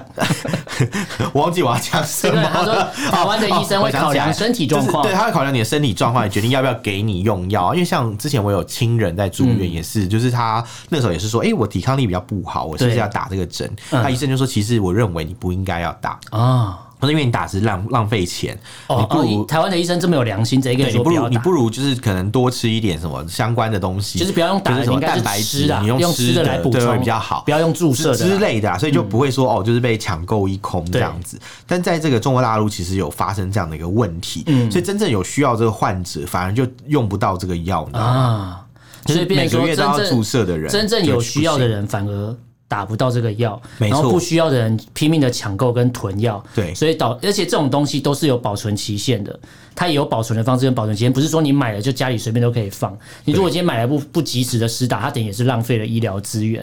Speaker 2: 我忘记我要讲什
Speaker 1: 对，啊
Speaker 2: 么了。哦
Speaker 1: 他说台湾的医生会考量身体状况
Speaker 2: 就是对，，他会考量你的身体状况，也决定要不要给你用药。因为像之前我有亲人在住
Speaker 1: 嗯
Speaker 2: 院，也是，就是他那时候也是说，哎、我抵抗力比较不好，我是不是
Speaker 1: 对
Speaker 2: 要打这个针？
Speaker 1: 嗯
Speaker 2: 他医生就说，其实我认为你不应该要打，
Speaker 1: 啊，
Speaker 2: 他说因为你打是浪浪费钱，
Speaker 1: 哦
Speaker 2: 你不如
Speaker 1: 哦，台湾的医生这么有良心，直接跟
Speaker 2: 对
Speaker 1: 你
Speaker 2: 你
Speaker 1: 说不
Speaker 2: 不如
Speaker 1: 要
Speaker 2: 你
Speaker 1: 打
Speaker 2: 不，如就是可能多吃一点什么相关的东西，
Speaker 1: 就是不要用打
Speaker 2: 就
Speaker 1: 的，
Speaker 2: 是什
Speaker 1: 你应
Speaker 2: 么
Speaker 1: 该
Speaker 2: 蛋
Speaker 1: 是
Speaker 2: 白
Speaker 1: 吃
Speaker 2: 质，
Speaker 1: 的啊，
Speaker 2: 你用
Speaker 1: 吃的来补
Speaker 2: 对会
Speaker 1: 充
Speaker 2: 比较好
Speaker 1: 不。要用注射的嗯
Speaker 2: 之
Speaker 1: 啦。
Speaker 2: 类的、啊，所以就不会说、哦，就是被抢购一空这样子。但在这个中国大陆，其实有发生这样的一个问题，
Speaker 1: 嗯
Speaker 2: 所以真正有需要这个患者，反而就用不到这个药，你知道吗？
Speaker 1: 啊，所以变
Speaker 2: 每
Speaker 1: 成
Speaker 2: 个
Speaker 1: 说
Speaker 2: 月
Speaker 1: 真
Speaker 2: 都要注
Speaker 1: 正
Speaker 2: 射的人，
Speaker 1: 真正有需要的
Speaker 2: 人，
Speaker 1: 人反而。打不到这个药，
Speaker 2: 没
Speaker 1: 然
Speaker 2: 错
Speaker 1: 后不需要的人拼命的抢购跟囤药，
Speaker 2: 对
Speaker 1: 所以导而且这种东西都是有保存期限的，它也有保存的方式跟保存期限，不是说你买了就家里随便都可以放。你如果今天买了不不及时的施打，它等于也是浪费了医疗资源，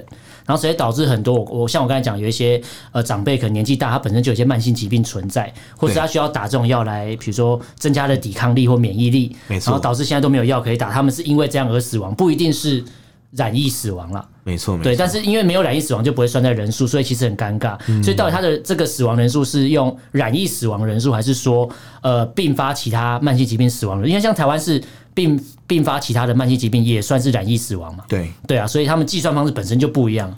Speaker 1: 然后所以导致很多我我像我刚才讲有一些呃长辈可能年纪大，他本身就有一些慢性疾病存在，或者
Speaker 2: 对
Speaker 1: 他需要打这种药来，比如说增加了抵抗力或免疫力，
Speaker 2: 没错
Speaker 1: 然后导致现在都没有药可以打，他们是因为这样而死亡，不一定是染疫死亡了。
Speaker 2: 没错，没错。
Speaker 1: 对，但是因为没有染疫死亡就不会算在人数，所以其实很尴尬。
Speaker 2: 嗯
Speaker 1: 所以到底他的这个死亡人数是用染疫死亡人数，还是说呃并发其他慢性疾病死亡人数？因为像台湾是并并发其他的慢性疾病也算是染疫死亡嘛？
Speaker 2: 对
Speaker 1: 对啊，所以他们计算方式本身就不一样。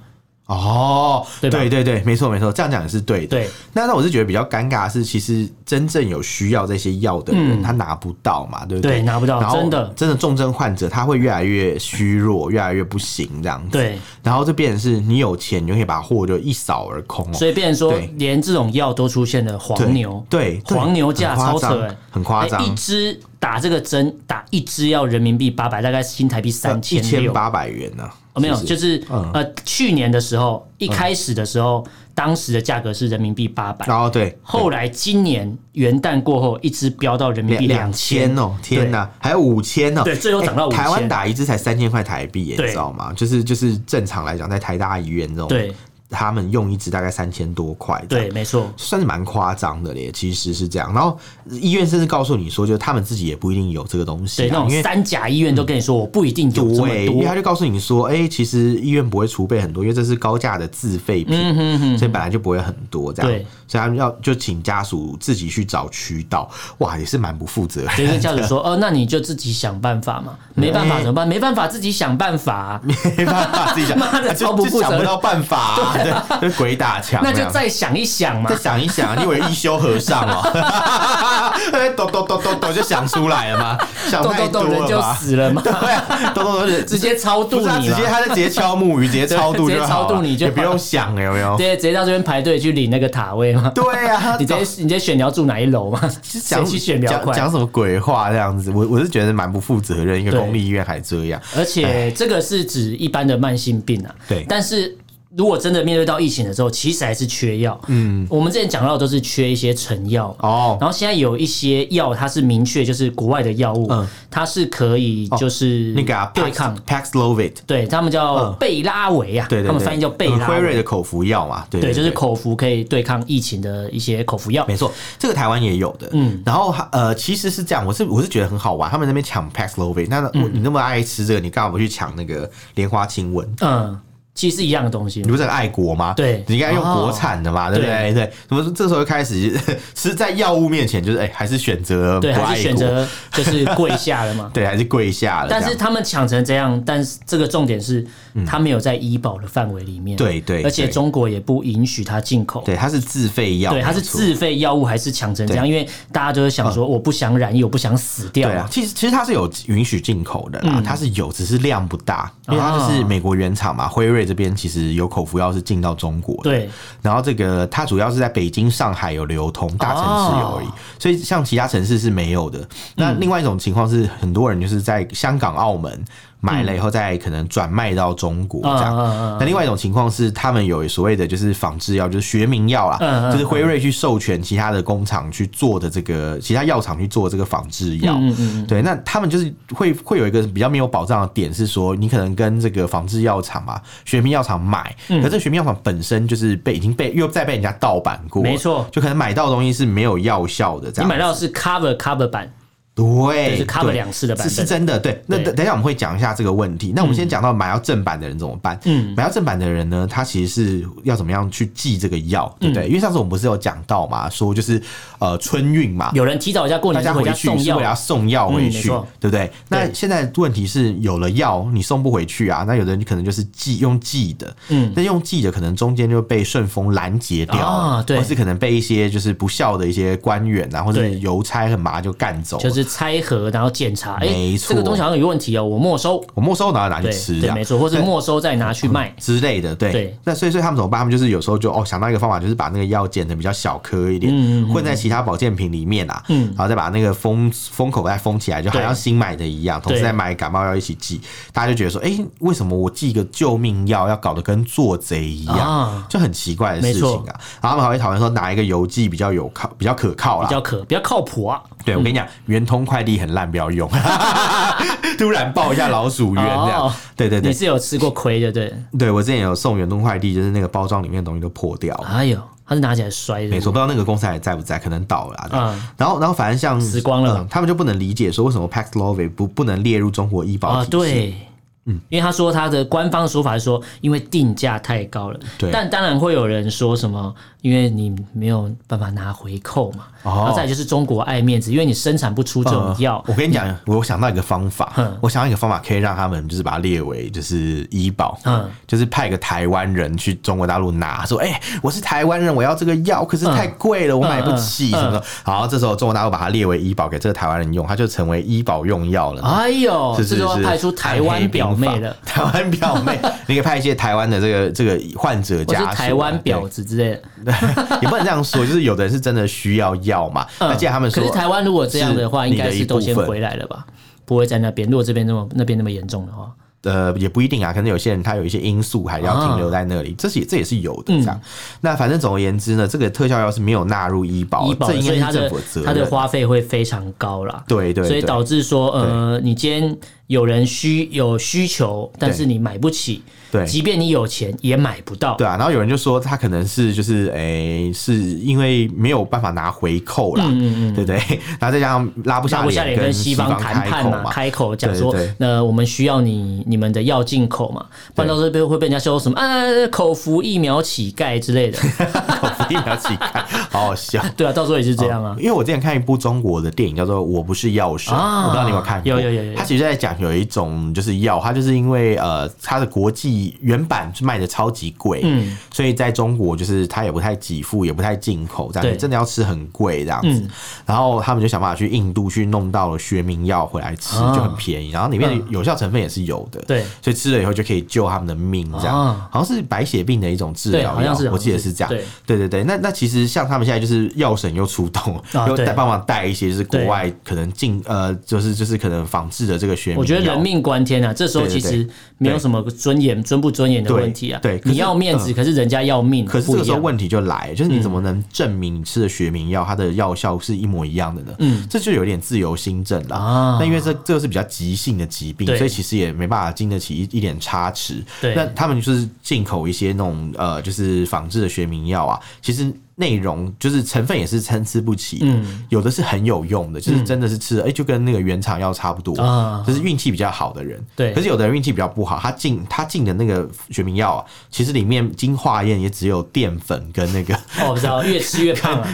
Speaker 2: 哦，
Speaker 1: 对吧
Speaker 2: 对对对，没错没错，这样讲也是对的。
Speaker 1: 对，
Speaker 2: 那那我是觉得比较尴尬的是，其实真正有需要这些药的人，他拿不到嘛，对
Speaker 1: 嗯
Speaker 2: 不
Speaker 1: 对拿不到
Speaker 2: 然后
Speaker 1: 真的
Speaker 2: 真的重症患者，他会越来越虚弱，越来越不行这样子。
Speaker 1: 对，
Speaker 2: 然后就变成是你有钱，你就可以把货就一扫而空哦。
Speaker 1: 所以变成说
Speaker 2: 对，
Speaker 1: 连这种药都出现了黄
Speaker 2: 对
Speaker 1: 牛，
Speaker 2: 对对
Speaker 1: 黄牛价
Speaker 2: 很
Speaker 1: 超
Speaker 2: 夸
Speaker 1: 扯、
Speaker 2: 张
Speaker 1: 欸，
Speaker 2: 很夸张
Speaker 1: 欸一支打这个针，打一支要人民币八百，大概新台币三
Speaker 2: 一
Speaker 1: 千
Speaker 2: 千
Speaker 1: 六。
Speaker 2: 八百元呢、
Speaker 1: 哦，没有，
Speaker 2: 是不是
Speaker 1: 就是
Speaker 2: 嗯
Speaker 1: 呃，去年的时候，一开始的时候，当时的价格是人民币八百，
Speaker 2: 然后对，
Speaker 1: 后来今年元旦过后，一支飙到人民
Speaker 2: 两
Speaker 1: 币
Speaker 2: 两
Speaker 1: 千
Speaker 2: 千哦，天哪，还有五千哦，
Speaker 1: 对最后涨到
Speaker 2: 欸台
Speaker 1: 5000
Speaker 2: 湾打一支才三千块台币耶，
Speaker 1: 对
Speaker 2: 你知道吗？就是就是正常来讲，在台大医院这种
Speaker 1: 对
Speaker 2: 他们用一支大概三千多块，
Speaker 1: 对，，没错，
Speaker 2: 算是蛮夸张的嘞。其实是这样，然后医院甚至告诉你说，就是他们自己也不一定有这个东西
Speaker 1: 对，
Speaker 2: 啊、
Speaker 1: 那
Speaker 2: 因
Speaker 1: 种
Speaker 2: 为
Speaker 1: 三甲医院都跟你说我不一定有这么
Speaker 2: 对，因为他
Speaker 1: 多，
Speaker 2: 就告诉你说，哎、其实医院不会储备很多，因为这是高价的自费品，
Speaker 1: 嗯
Speaker 2: 所以本来就不会很多这样
Speaker 1: 对，
Speaker 2: 所以他们要就请家属自己去找渠道，哇，也是蛮不负责
Speaker 1: 就
Speaker 2: 任。
Speaker 1: 跟家属说，哦，那你就自己想办法嘛，没办法怎么办？没办法自己想办法啊、
Speaker 2: 没办法，自己 想，
Speaker 1: 妈的
Speaker 2: 啊就
Speaker 1: 超不
Speaker 2: 就
Speaker 1: 负责
Speaker 2: 想不
Speaker 1: 任
Speaker 2: 到办法、啊，对，就鬼打墙这
Speaker 1: 那
Speaker 2: 样，
Speaker 1: 就再想一想嘛
Speaker 2: 再。想一想，你以为一休和尚哦、
Speaker 1: 哦
Speaker 2: 抖抖抖抖抖就想出来了吗？想
Speaker 1: 动
Speaker 2: 太
Speaker 1: 动
Speaker 2: 多
Speaker 1: 动人
Speaker 2: 了
Speaker 1: 就
Speaker 2: 吧？
Speaker 1: 死了嘛，
Speaker 2: 对啊，抖抖抖就
Speaker 1: 直接超度
Speaker 2: 不是他啊
Speaker 1: 你
Speaker 2: 直接
Speaker 1: 嘛。
Speaker 2: 他就直接敲木鱼，直接超度
Speaker 1: 直接
Speaker 2: 就好了，
Speaker 1: 超度你就
Speaker 2: 也不
Speaker 1: 好
Speaker 2: 用想了有没有？
Speaker 1: 对，直接到这边排队去领那个塔位嘛。
Speaker 2: 哦对啊呀、
Speaker 1: 你直接你直接选你要住哪一楼嘛？ 谁
Speaker 2: 讲
Speaker 1: 去选比较
Speaker 2: 讲
Speaker 1: 快？
Speaker 2: 讲什么鬼话这样子，我我是觉得蛮不负责任，一个
Speaker 1: 对
Speaker 2: 公立医院还这样。
Speaker 1: 而且这个是指一般的慢性病啊。
Speaker 2: 哎对
Speaker 1: 但是如果真的面对到疫情的时候，其实还是缺药。嗯，我们之前讲到的都是缺一些成药。
Speaker 2: 哦，
Speaker 1: 然后现在有一些药，它是明确就是国外的药物，
Speaker 2: 嗯
Speaker 1: 它是可以就是
Speaker 2: 那个啊
Speaker 1: 嗯对抗，
Speaker 2: Pax- Paxlovid，
Speaker 1: 对他们叫贝拉维啊，
Speaker 2: 对对对，
Speaker 1: 他们翻译叫贝
Speaker 2: 嗯
Speaker 1: 拉
Speaker 2: 辉瑞
Speaker 1: 维，
Speaker 2: 的口服药嘛，对
Speaker 1: 对，
Speaker 2: 对，
Speaker 1: 就是口服可以对抗疫情的一些口服药。
Speaker 2: 没错，这个台湾也有的。嗯，然后呃，其实是这样，我是我是觉得很好玩，他们那边抢 Paxlovid，那、
Speaker 1: 嗯
Speaker 2: 我你那么爱吃这个，你干嘛不去抢那个莲花清瘟？
Speaker 1: 嗯，其实是一样的东西
Speaker 2: 你。不是很爱国吗？
Speaker 1: 对哦
Speaker 2: 你应该用国产的嘛，对不对？对，怎么这时候就开始 就是是在药物面前，就是哎、还是选择不
Speaker 1: 对，还
Speaker 2: 爱
Speaker 1: 是选
Speaker 2: 国，
Speaker 1: 择 就是跪下了嘛
Speaker 2: 。对，啊还是跪下了这样。
Speaker 1: 但是他们抢成这样，但是这个重点是，他没有在医保的范围里面。
Speaker 2: 对对
Speaker 1: 而且
Speaker 2: 对
Speaker 1: 中国也不允许他进口。
Speaker 2: 对，它是自费药，
Speaker 1: 对，它是
Speaker 2: 没错嗯
Speaker 1: 自费药物还是抢成这样？因为大家就是想说，我不想染疫，我不想死掉
Speaker 2: 对啊
Speaker 1: 嘛，。
Speaker 2: 其实其实它是有允许进口的啦，
Speaker 1: 嗯
Speaker 2: 它是有，只是量不大，因为它
Speaker 1: 啊
Speaker 2: 就是美国原厂嘛。辉瑞这边其实有口服药是进到中国的，
Speaker 1: 对。
Speaker 2: 然后这个它主要是在北京、上海有流通，大城市有而已，
Speaker 1: 哦嗯
Speaker 2: 所以像其他城市是没有的。那另外一种情况是，很多人就是在香港、澳门。买了以后再可能转卖到中国这样，
Speaker 1: 嗯嗯嗯嗯
Speaker 2: 那另外一种情况是，他们有所谓的就是仿制药，就是学名药啦，
Speaker 1: 嗯嗯
Speaker 2: 就是辉瑞去授权其他的工厂去做的这个，其他药厂去做这个仿制药。
Speaker 1: 嗯嗯
Speaker 2: 对，那他们就是会会有一个比较没有保障的点是说，你可能跟这个仿制药厂嘛、学名药厂买，
Speaker 1: 嗯
Speaker 2: 可是这学名药厂本身就是被已经被又再被人家盗版过，
Speaker 1: 没错
Speaker 2: 就可能买到的东西是没有药效的这
Speaker 1: 你
Speaker 2: 样。
Speaker 1: 买到的是 cover cover 版，
Speaker 2: 对，
Speaker 1: 就是 cover
Speaker 2: 对
Speaker 1: 两次的版
Speaker 2: 是是
Speaker 1: 本。
Speaker 2: 真的，对。那
Speaker 1: 对嗯
Speaker 2: 等等一下我们会讲一下这个问题。那我们先讲到买到正版的人怎么办？嗯，买到正版的人呢，他其实是要怎么样去记这个药，对不
Speaker 1: 嗯
Speaker 2: 对？因为上次我们不是有讲到嘛，说就是呃春运嘛，
Speaker 1: 有人提早一下过
Speaker 2: 大
Speaker 1: 年
Speaker 2: 家
Speaker 1: 回
Speaker 2: 回
Speaker 1: 家
Speaker 2: 去
Speaker 1: 送
Speaker 2: 是为了要
Speaker 1: 药，啊
Speaker 2: 送药回去，
Speaker 1: 嗯没错
Speaker 2: 对不对？那
Speaker 1: 对
Speaker 2: 现在问题是有了药你送不回去啊，那有的人可能就是寄用寄的，
Speaker 1: 嗯，
Speaker 2: 那用寄的可能中间就被顺丰拦截掉
Speaker 1: 啊对
Speaker 2: 或是可能被一些就是不孝的一些官员啊，或者
Speaker 1: 对
Speaker 2: 邮差很麻就干走了，
Speaker 1: 就是拆盒然后检查，哎，
Speaker 2: 没错
Speaker 1: 这个东西好像有问题哦，我没收。
Speaker 2: 我没收拿拿去
Speaker 1: 对
Speaker 2: 吃这
Speaker 1: 对，
Speaker 2: 样
Speaker 1: 没。错，或是
Speaker 2: 对嗯
Speaker 1: 没收再拿去卖。
Speaker 2: 之类的，对，
Speaker 1: 对
Speaker 2: 那所以所以他们怎么办？他们就是有时候就哦想到一个方法，就是把那个药剪的比较小颗
Speaker 1: 嗯
Speaker 2: 一点，混在其他保健品里面啊，然后再把那个封封口袋封起来，就好像新买的一样，同时
Speaker 1: 对
Speaker 2: 再买感冒药一起寄，大家就觉得说，哎、为什么我寄一个救命药要搞得跟做贼一样，
Speaker 1: 啊
Speaker 2: 就很奇怪的事情
Speaker 1: 没错
Speaker 2: 啊。然后他们还会讨论说哪一个邮寄比较有靠，比较可靠啦
Speaker 1: 比，较可比较靠谱啊。
Speaker 2: 对，我跟你讲，圆通快递很烂，不要用。 突然爆一下老鼠冤这样
Speaker 1: 哦，
Speaker 2: 对对
Speaker 1: 你
Speaker 2: 对，
Speaker 1: 是有吃过亏的，对？
Speaker 2: 对我之前有送圆通快递，就是那个包装里面的东西都破掉。
Speaker 1: 哎呦，他是拿起来摔的，
Speaker 2: 没错，不知道那个公司还在不在，可能倒了啊、
Speaker 1: 嗯
Speaker 2: 然后，然后反正像
Speaker 1: 死光了
Speaker 2: 嗯他们就不能理解说为什么 Paxlovid 不不能列入中国医保
Speaker 1: 啊，
Speaker 2: 体系。
Speaker 1: 对。嗯，因为他说他的官方说法是说，因为定价太高了，
Speaker 2: 对
Speaker 1: 但当然会有人说什么，因为你没有办法拿回扣嘛。
Speaker 2: 哦
Speaker 1: 然后再来就是中国爱面子，因为你生产不出这种
Speaker 2: 嗯
Speaker 1: 药，
Speaker 2: 我跟你讲，我想到一个方法
Speaker 1: 嗯，
Speaker 2: 我想到一个方法可以让他们就是把它列为就是医保，
Speaker 1: 嗯
Speaker 2: 就是派个台湾人去中国大陆拿，说哎、我是台湾人，我要这个药，可是太贵了，我买不起
Speaker 1: 嗯
Speaker 2: 什么的。然后这时候中国大陆把它列为医保给这个台湾人用，它就成为医保用药了。
Speaker 1: 哎呦，
Speaker 2: 是是
Speaker 1: 这就要
Speaker 2: 是
Speaker 1: 派出台湾表妹了，，
Speaker 2: 台湾表 妹，你可以派一些台湾的这个这个患者
Speaker 1: 或
Speaker 2: 家
Speaker 1: 是
Speaker 2: 属啊，
Speaker 1: 台湾
Speaker 2: 对
Speaker 1: 婊子之类的。
Speaker 2: 也不能这样说，就是有的人是真的需要药嘛。那既然他们
Speaker 1: 嗯可
Speaker 2: 说，
Speaker 1: 是台湾如果这样的话，
Speaker 2: 是
Speaker 1: 应
Speaker 2: 你的
Speaker 1: 该是都
Speaker 2: 一
Speaker 1: 先
Speaker 2: 部分
Speaker 1: 回来了吧？不会在那边，如果这边那么那边那么严重的话，
Speaker 2: 呃，也不一定啊，可能有些人他有一些因素还要
Speaker 1: 嗯
Speaker 2: 停留在那里，这是也这也是有的这样。那反正总而言之呢，这个特效药是没有纳入医保，
Speaker 1: 医保
Speaker 2: 这
Speaker 1: 的，
Speaker 2: 应
Speaker 1: 所以
Speaker 2: 该
Speaker 1: 它
Speaker 2: 是政
Speaker 1: 的
Speaker 2: 府责任。
Speaker 1: 它的花费会非常高啦。
Speaker 2: 对对对，
Speaker 1: 所以导致说，呃，你今天有人需有需求，但是你买不起，
Speaker 2: 对
Speaker 1: 即便你有钱也买不到，
Speaker 2: 对啊，然后有人就说他可能是就是诶、是因为没有办法拿回扣啦，
Speaker 1: 嗯
Speaker 2: 对不对？然后再加上拉不
Speaker 1: 那
Speaker 2: 下
Speaker 1: 我下脸
Speaker 2: 脸
Speaker 1: 跟
Speaker 2: 西
Speaker 1: 西方谈
Speaker 2: 开
Speaker 1: 判啊
Speaker 2: 口
Speaker 1: 嘛，
Speaker 2: 嘛，
Speaker 1: 开口讲
Speaker 2: 对
Speaker 1: 说
Speaker 2: 对，
Speaker 1: 呃，我们需要你你们的药进口嘛，不然到时候被会被人家说什么啊，口服疫苗乞丐之 类的，
Speaker 2: 口服疫苗乞丐，好好笑。
Speaker 1: 对啊，到时候也是这样啊。
Speaker 2: 因为我之前看一部中国的电影叫做《我不是药神》，
Speaker 1: 啊
Speaker 2: 我不知道你有没有看过。
Speaker 1: 有有有有有
Speaker 2: 它其实在讲有一种就是药，它就是因为呃它的国际原版是卖的超级贵，
Speaker 1: 嗯
Speaker 2: 所以在中国就是它也不太给付，也不太进口，这样
Speaker 1: 对
Speaker 2: 你真的要吃很贵这样子。
Speaker 1: 嗯
Speaker 2: 然后他们就想办法去印度去弄到了学名药回来吃，
Speaker 1: 啊
Speaker 2: 就很便宜，然后里面的有效成分也是有的。
Speaker 1: 对
Speaker 2: 所以吃了以后就可以救他们的命，这样、
Speaker 1: 啊
Speaker 2: 好像是白血病的一种治
Speaker 1: 对
Speaker 2: 疗药，
Speaker 1: 好像是
Speaker 2: 我记得
Speaker 1: 好像是
Speaker 2: 是这样。
Speaker 1: 对
Speaker 2: 对对对，那那其实像他们现在就是药神又出动，
Speaker 1: 啊
Speaker 2: 又
Speaker 1: 对
Speaker 2: 带帮忙带一些就是国
Speaker 1: 对
Speaker 2: 外可能进呃，就是就是可能仿制的这个学名
Speaker 1: 我觉得
Speaker 2: 药
Speaker 1: 人命关天啊，这时候
Speaker 2: 对
Speaker 1: 其
Speaker 2: 对
Speaker 1: 实没有什么尊严、尊不尊严的
Speaker 2: 对
Speaker 1: 问题啊。
Speaker 2: 对可
Speaker 1: 你
Speaker 2: 是嗯
Speaker 1: 要面子，可是人家要命，
Speaker 2: 可是这
Speaker 1: 不
Speaker 2: 个
Speaker 1: 一
Speaker 2: 时候
Speaker 1: 样。嗯
Speaker 2: 问题就来，就是你怎么能证明你吃的学名药它的药效是一模一样的呢？嗯，这就有点自由新政啦。
Speaker 1: 啊
Speaker 2: 那因为这这个是比较急性的疾病，
Speaker 1: 对
Speaker 2: 所以其实也没办法经得起一一点差池。
Speaker 1: 对
Speaker 2: 那他们就是进口一些那种呃，就是仿制的学名药啊，其实。内容就是成分也是参差不齐的，
Speaker 1: 嗯
Speaker 2: 有的是很有用的，就是真的是吃了，哎、就跟那个原厂药差不多，
Speaker 1: 啊
Speaker 2: 就是运气比较好的人。
Speaker 1: 对
Speaker 2: 可是有的人运气比较不好，他进他进的那个学名药啊，其实里面经化验也只有淀粉跟 那个，
Speaker 1: 哦，我不知道，越吃越 胖啊。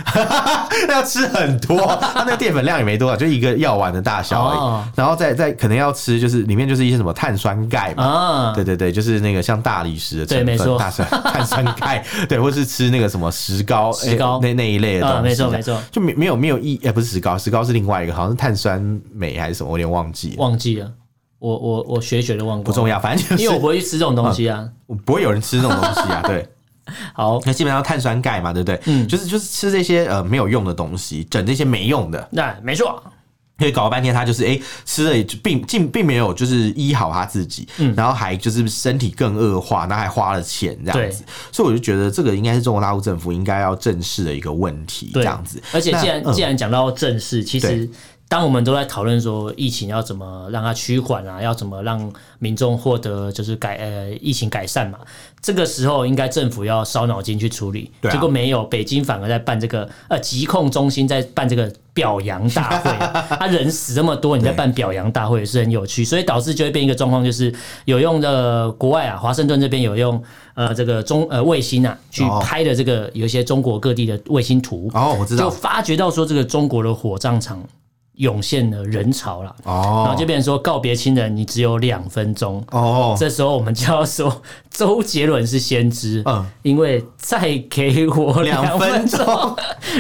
Speaker 2: 那要吃很多，他那个淀粉量也没多少，就一个药丸的大小而已。
Speaker 1: 哦
Speaker 2: 然后再再可能要吃，就是里面就是一些什么碳酸钙嘛。
Speaker 1: 啊，
Speaker 2: 对对对，就是那个像大理石的成
Speaker 1: 对没
Speaker 2: 分，
Speaker 1: 错
Speaker 2: 大酸碳酸钙，对，或是吃那个什么石膏，
Speaker 1: 石
Speaker 2: 哎
Speaker 1: 膏
Speaker 2: 那那一类的
Speaker 1: 啊
Speaker 2: 东西，
Speaker 1: 没错
Speaker 2: 这样
Speaker 1: 没错
Speaker 2: 就没没有没有意，哎，不是石膏，石膏是另外一个，好像是碳酸镁还是什么，我有点忘记了，
Speaker 1: 忘记了，我我我学一学都忘
Speaker 2: 不
Speaker 1: 光了，
Speaker 2: 重要，嗯反正就是
Speaker 1: 因为我不会去吃这种东西啊。
Speaker 2: 不会有人吃那种东西 啊，对。
Speaker 1: 好，
Speaker 2: 那基本上碳酸钙嘛，对不对？
Speaker 1: 嗯
Speaker 2: 就是就是吃这些呃没有用的东西，整这些没用的，
Speaker 1: 那没错，
Speaker 2: 所以搞了半天他就是哎、诶吃了也就并并并没有就是医好他自己，
Speaker 1: 嗯
Speaker 2: 然后还就是身体更恶化，那还花了钱这样子，所以我就觉得这个应该是中国大陆政府应该要正视的一个问题，这
Speaker 1: 对
Speaker 2: 样子。
Speaker 1: 而且既
Speaker 2: 那嗯
Speaker 1: 然既然讲到正事，其实
Speaker 2: 对
Speaker 1: 当我们都在讨论说疫情要怎么让它趋缓啊，要怎么让民众获得就是改呃疫情改善嘛，这个时候应该政府要烧脑筋去处理，
Speaker 2: 对啊
Speaker 1: 结果没有，北京反而在办这个呃疾控中心在办这个表扬大会啊， 他、人死这么多，你在办表扬大会也是很有趣，所以导致就会变一个状况，就是有用的国外啊，华盛顿这边有用呃这个中呃卫星啊去
Speaker 2: 哦
Speaker 1: 拍的这个有一些中国各地的卫星图
Speaker 2: 哦，我知
Speaker 1: 就
Speaker 2: 道
Speaker 1: 发觉到说这个中国的火葬场涌现了人潮了，然后
Speaker 2: 哦
Speaker 1: 就变成说告别亲人，你只有两分钟。
Speaker 2: 哦，
Speaker 1: 这时候我们就要说周杰伦是先知，
Speaker 2: 嗯
Speaker 1: 因为再给我
Speaker 2: 两
Speaker 1: 两
Speaker 2: 分
Speaker 1: 分
Speaker 2: 钟
Speaker 1: 钟，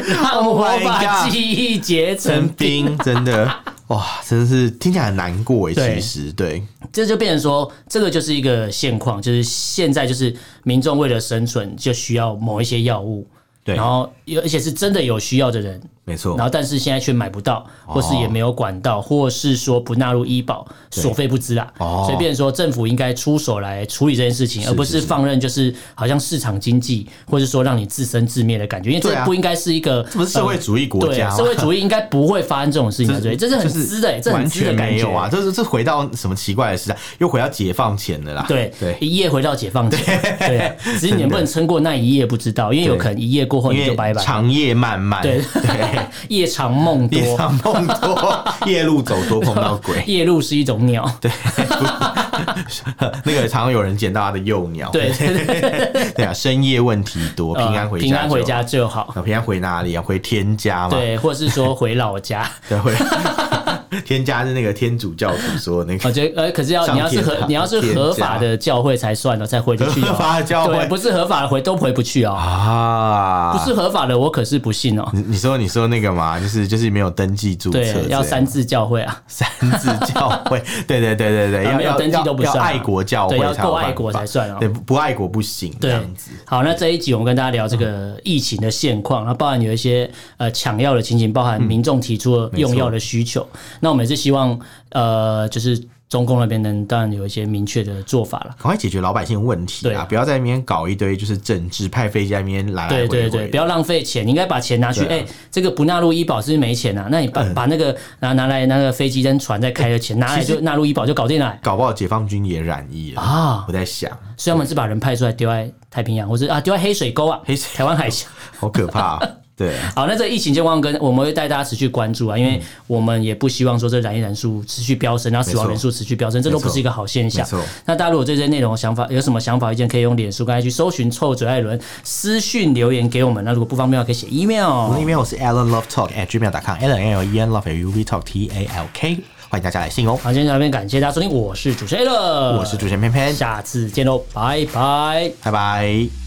Speaker 1: 让我
Speaker 2: Oh my
Speaker 1: 把
Speaker 2: God 嗯
Speaker 1: 记忆结
Speaker 2: 陈
Speaker 1: 成冰，
Speaker 2: 冰 真的哇，真是听起来很难过哎，
Speaker 1: 对
Speaker 2: 其实对
Speaker 1: 这就变成说这个就是一个现况，就是现在就是民众为了生存就需要某一些药物，
Speaker 2: 对
Speaker 1: 然，后而且是真的有需要的人
Speaker 2: 没错哦
Speaker 1: 然，后但是现在却买不到，或是也没有管道，或是说不纳入医保，所费不知啊。
Speaker 2: 哦
Speaker 1: 所以，变成说政府应该出手来处理这件事情，而不是放任就是好像市场经济，或是说让你自生自灭的感觉，因为
Speaker 2: 对
Speaker 1: 这
Speaker 2: 啊
Speaker 1: 不应该是一个
Speaker 2: 这不是社会主义国
Speaker 1: 嗯对啊
Speaker 2: 家吗
Speaker 1: 社会主义应该不会发生这种 事情啊，对，这是很滋的，这很
Speaker 2: 完
Speaker 1: 滋的
Speaker 2: 全
Speaker 1: 感
Speaker 2: 没
Speaker 1: 觉
Speaker 2: 有啊！。这是这回到什么奇怪的时代，又回到解放前了啦。
Speaker 1: 对
Speaker 2: 对，
Speaker 1: 一夜回到解放前，对啊，只 是你能不能撑过那一夜不知道，因为有可能一夜过后
Speaker 2: 因
Speaker 1: 你就
Speaker 2: 为
Speaker 1: 拜拜，
Speaker 2: 长夜漫漫，
Speaker 1: 对，夜长梦多，
Speaker 2: 夜长梦多，夜路走多碰到 鬼。
Speaker 1: 夜路是一种鸟，对
Speaker 2: 那个常常有人捡到他的幼鸟，
Speaker 1: 对对，
Speaker 2: 对啊，深夜问题多，平安回家，
Speaker 1: 呃平安回，家就好。
Speaker 2: 平安回哪里啊？回天家嘛，
Speaker 1: 对，或者是说回老 家，
Speaker 2: 对，回天家是那个天主教徒说的那
Speaker 1: 我
Speaker 2: 个。
Speaker 1: 觉得呃，可是要
Speaker 2: 上
Speaker 1: 你要是
Speaker 2: 天
Speaker 1: 合
Speaker 2: 堂
Speaker 1: 你要是
Speaker 2: 天
Speaker 1: 合
Speaker 2: 家
Speaker 1: 法的教会才算了，才回得去、哦。
Speaker 2: 合法的教会
Speaker 1: 对，不是合法的回都回不去哦。
Speaker 2: 啊，嗯
Speaker 1: 不是合法的，我可是不信哦。
Speaker 2: 你你说你说那个嘛，就是就是没有登记注册之类
Speaker 1: 对
Speaker 2: 的，，
Speaker 1: 要三字教会啊，
Speaker 2: 三字教会， 对对对对对，
Speaker 1: 啊
Speaker 2: 要
Speaker 1: 没有
Speaker 2: 要
Speaker 1: 登记
Speaker 2: 要
Speaker 1: 都不
Speaker 2: 要
Speaker 1: 算啊
Speaker 2: 爱国教会
Speaker 1: 对，
Speaker 2: 才
Speaker 1: 要
Speaker 2: 有
Speaker 1: 够爱
Speaker 2: 办
Speaker 1: 国
Speaker 2: 法
Speaker 1: 才算哦
Speaker 2: 对，。不不爱国不行这
Speaker 1: 对
Speaker 2: 样子。，嗯
Speaker 1: 好，那这一集我们跟大家聊这个疫情的现况，那包含有一些呃抢药的
Speaker 2: 嗯
Speaker 1: 情形，包含民众提出了用药的需求。那我们也是希望呃，就是中共那边呢，当然有一些明确的做法了。
Speaker 2: 赶快解决老百姓的问题
Speaker 1: 对
Speaker 2: 啊！不要在那边搞一堆就是政治派飞机在那边来来
Speaker 1: 对
Speaker 2: 回回
Speaker 1: 对
Speaker 2: 的。
Speaker 1: 对，不要浪费钱，你应该把钱拿去。
Speaker 2: 对
Speaker 1: 哎、
Speaker 2: 啊
Speaker 1: 这个不纳入医保是不是没钱啊？那你把、把那个拿拿来那个飞机跟船在开的钱拿来
Speaker 2: 嗯其实
Speaker 1: 就纳入医保就搞定了
Speaker 2: 搞不好解放军也染疫了
Speaker 1: 啊
Speaker 2: 我在想，
Speaker 1: 所以他们是把人派出来丢在太平洋，或者啊丢在黑水沟啊，
Speaker 2: 黑水
Speaker 1: 台湾海 峡。
Speaker 2: 好可 怕、啊。对，
Speaker 1: 好，那这疫情健康跟我们会带大家持续关注啊，
Speaker 2: 嗯
Speaker 1: 因为我们也不希望说这染疫人数持续飙升，然后死亡人数持续飙升，这都不是一个好现象
Speaker 2: 没错没错。
Speaker 1: 那大家如果对这些内容有想法有什么想法意见，可以用脸书刚才去搜寻臭嘴艾伦私讯留言给我们。那如果不方便的话，可以写 email
Speaker 2: 我的 email 是 allenlovetalk at gmail.com，allen l e n love l u v talk t a l k，欢迎大家来信哦。
Speaker 1: 好，今天到这边感谢大家收听，我是主持人艾伦，
Speaker 2: 我是主持人偏偏，
Speaker 1: 下次见喽，拜拜。
Speaker 2: 拜拜。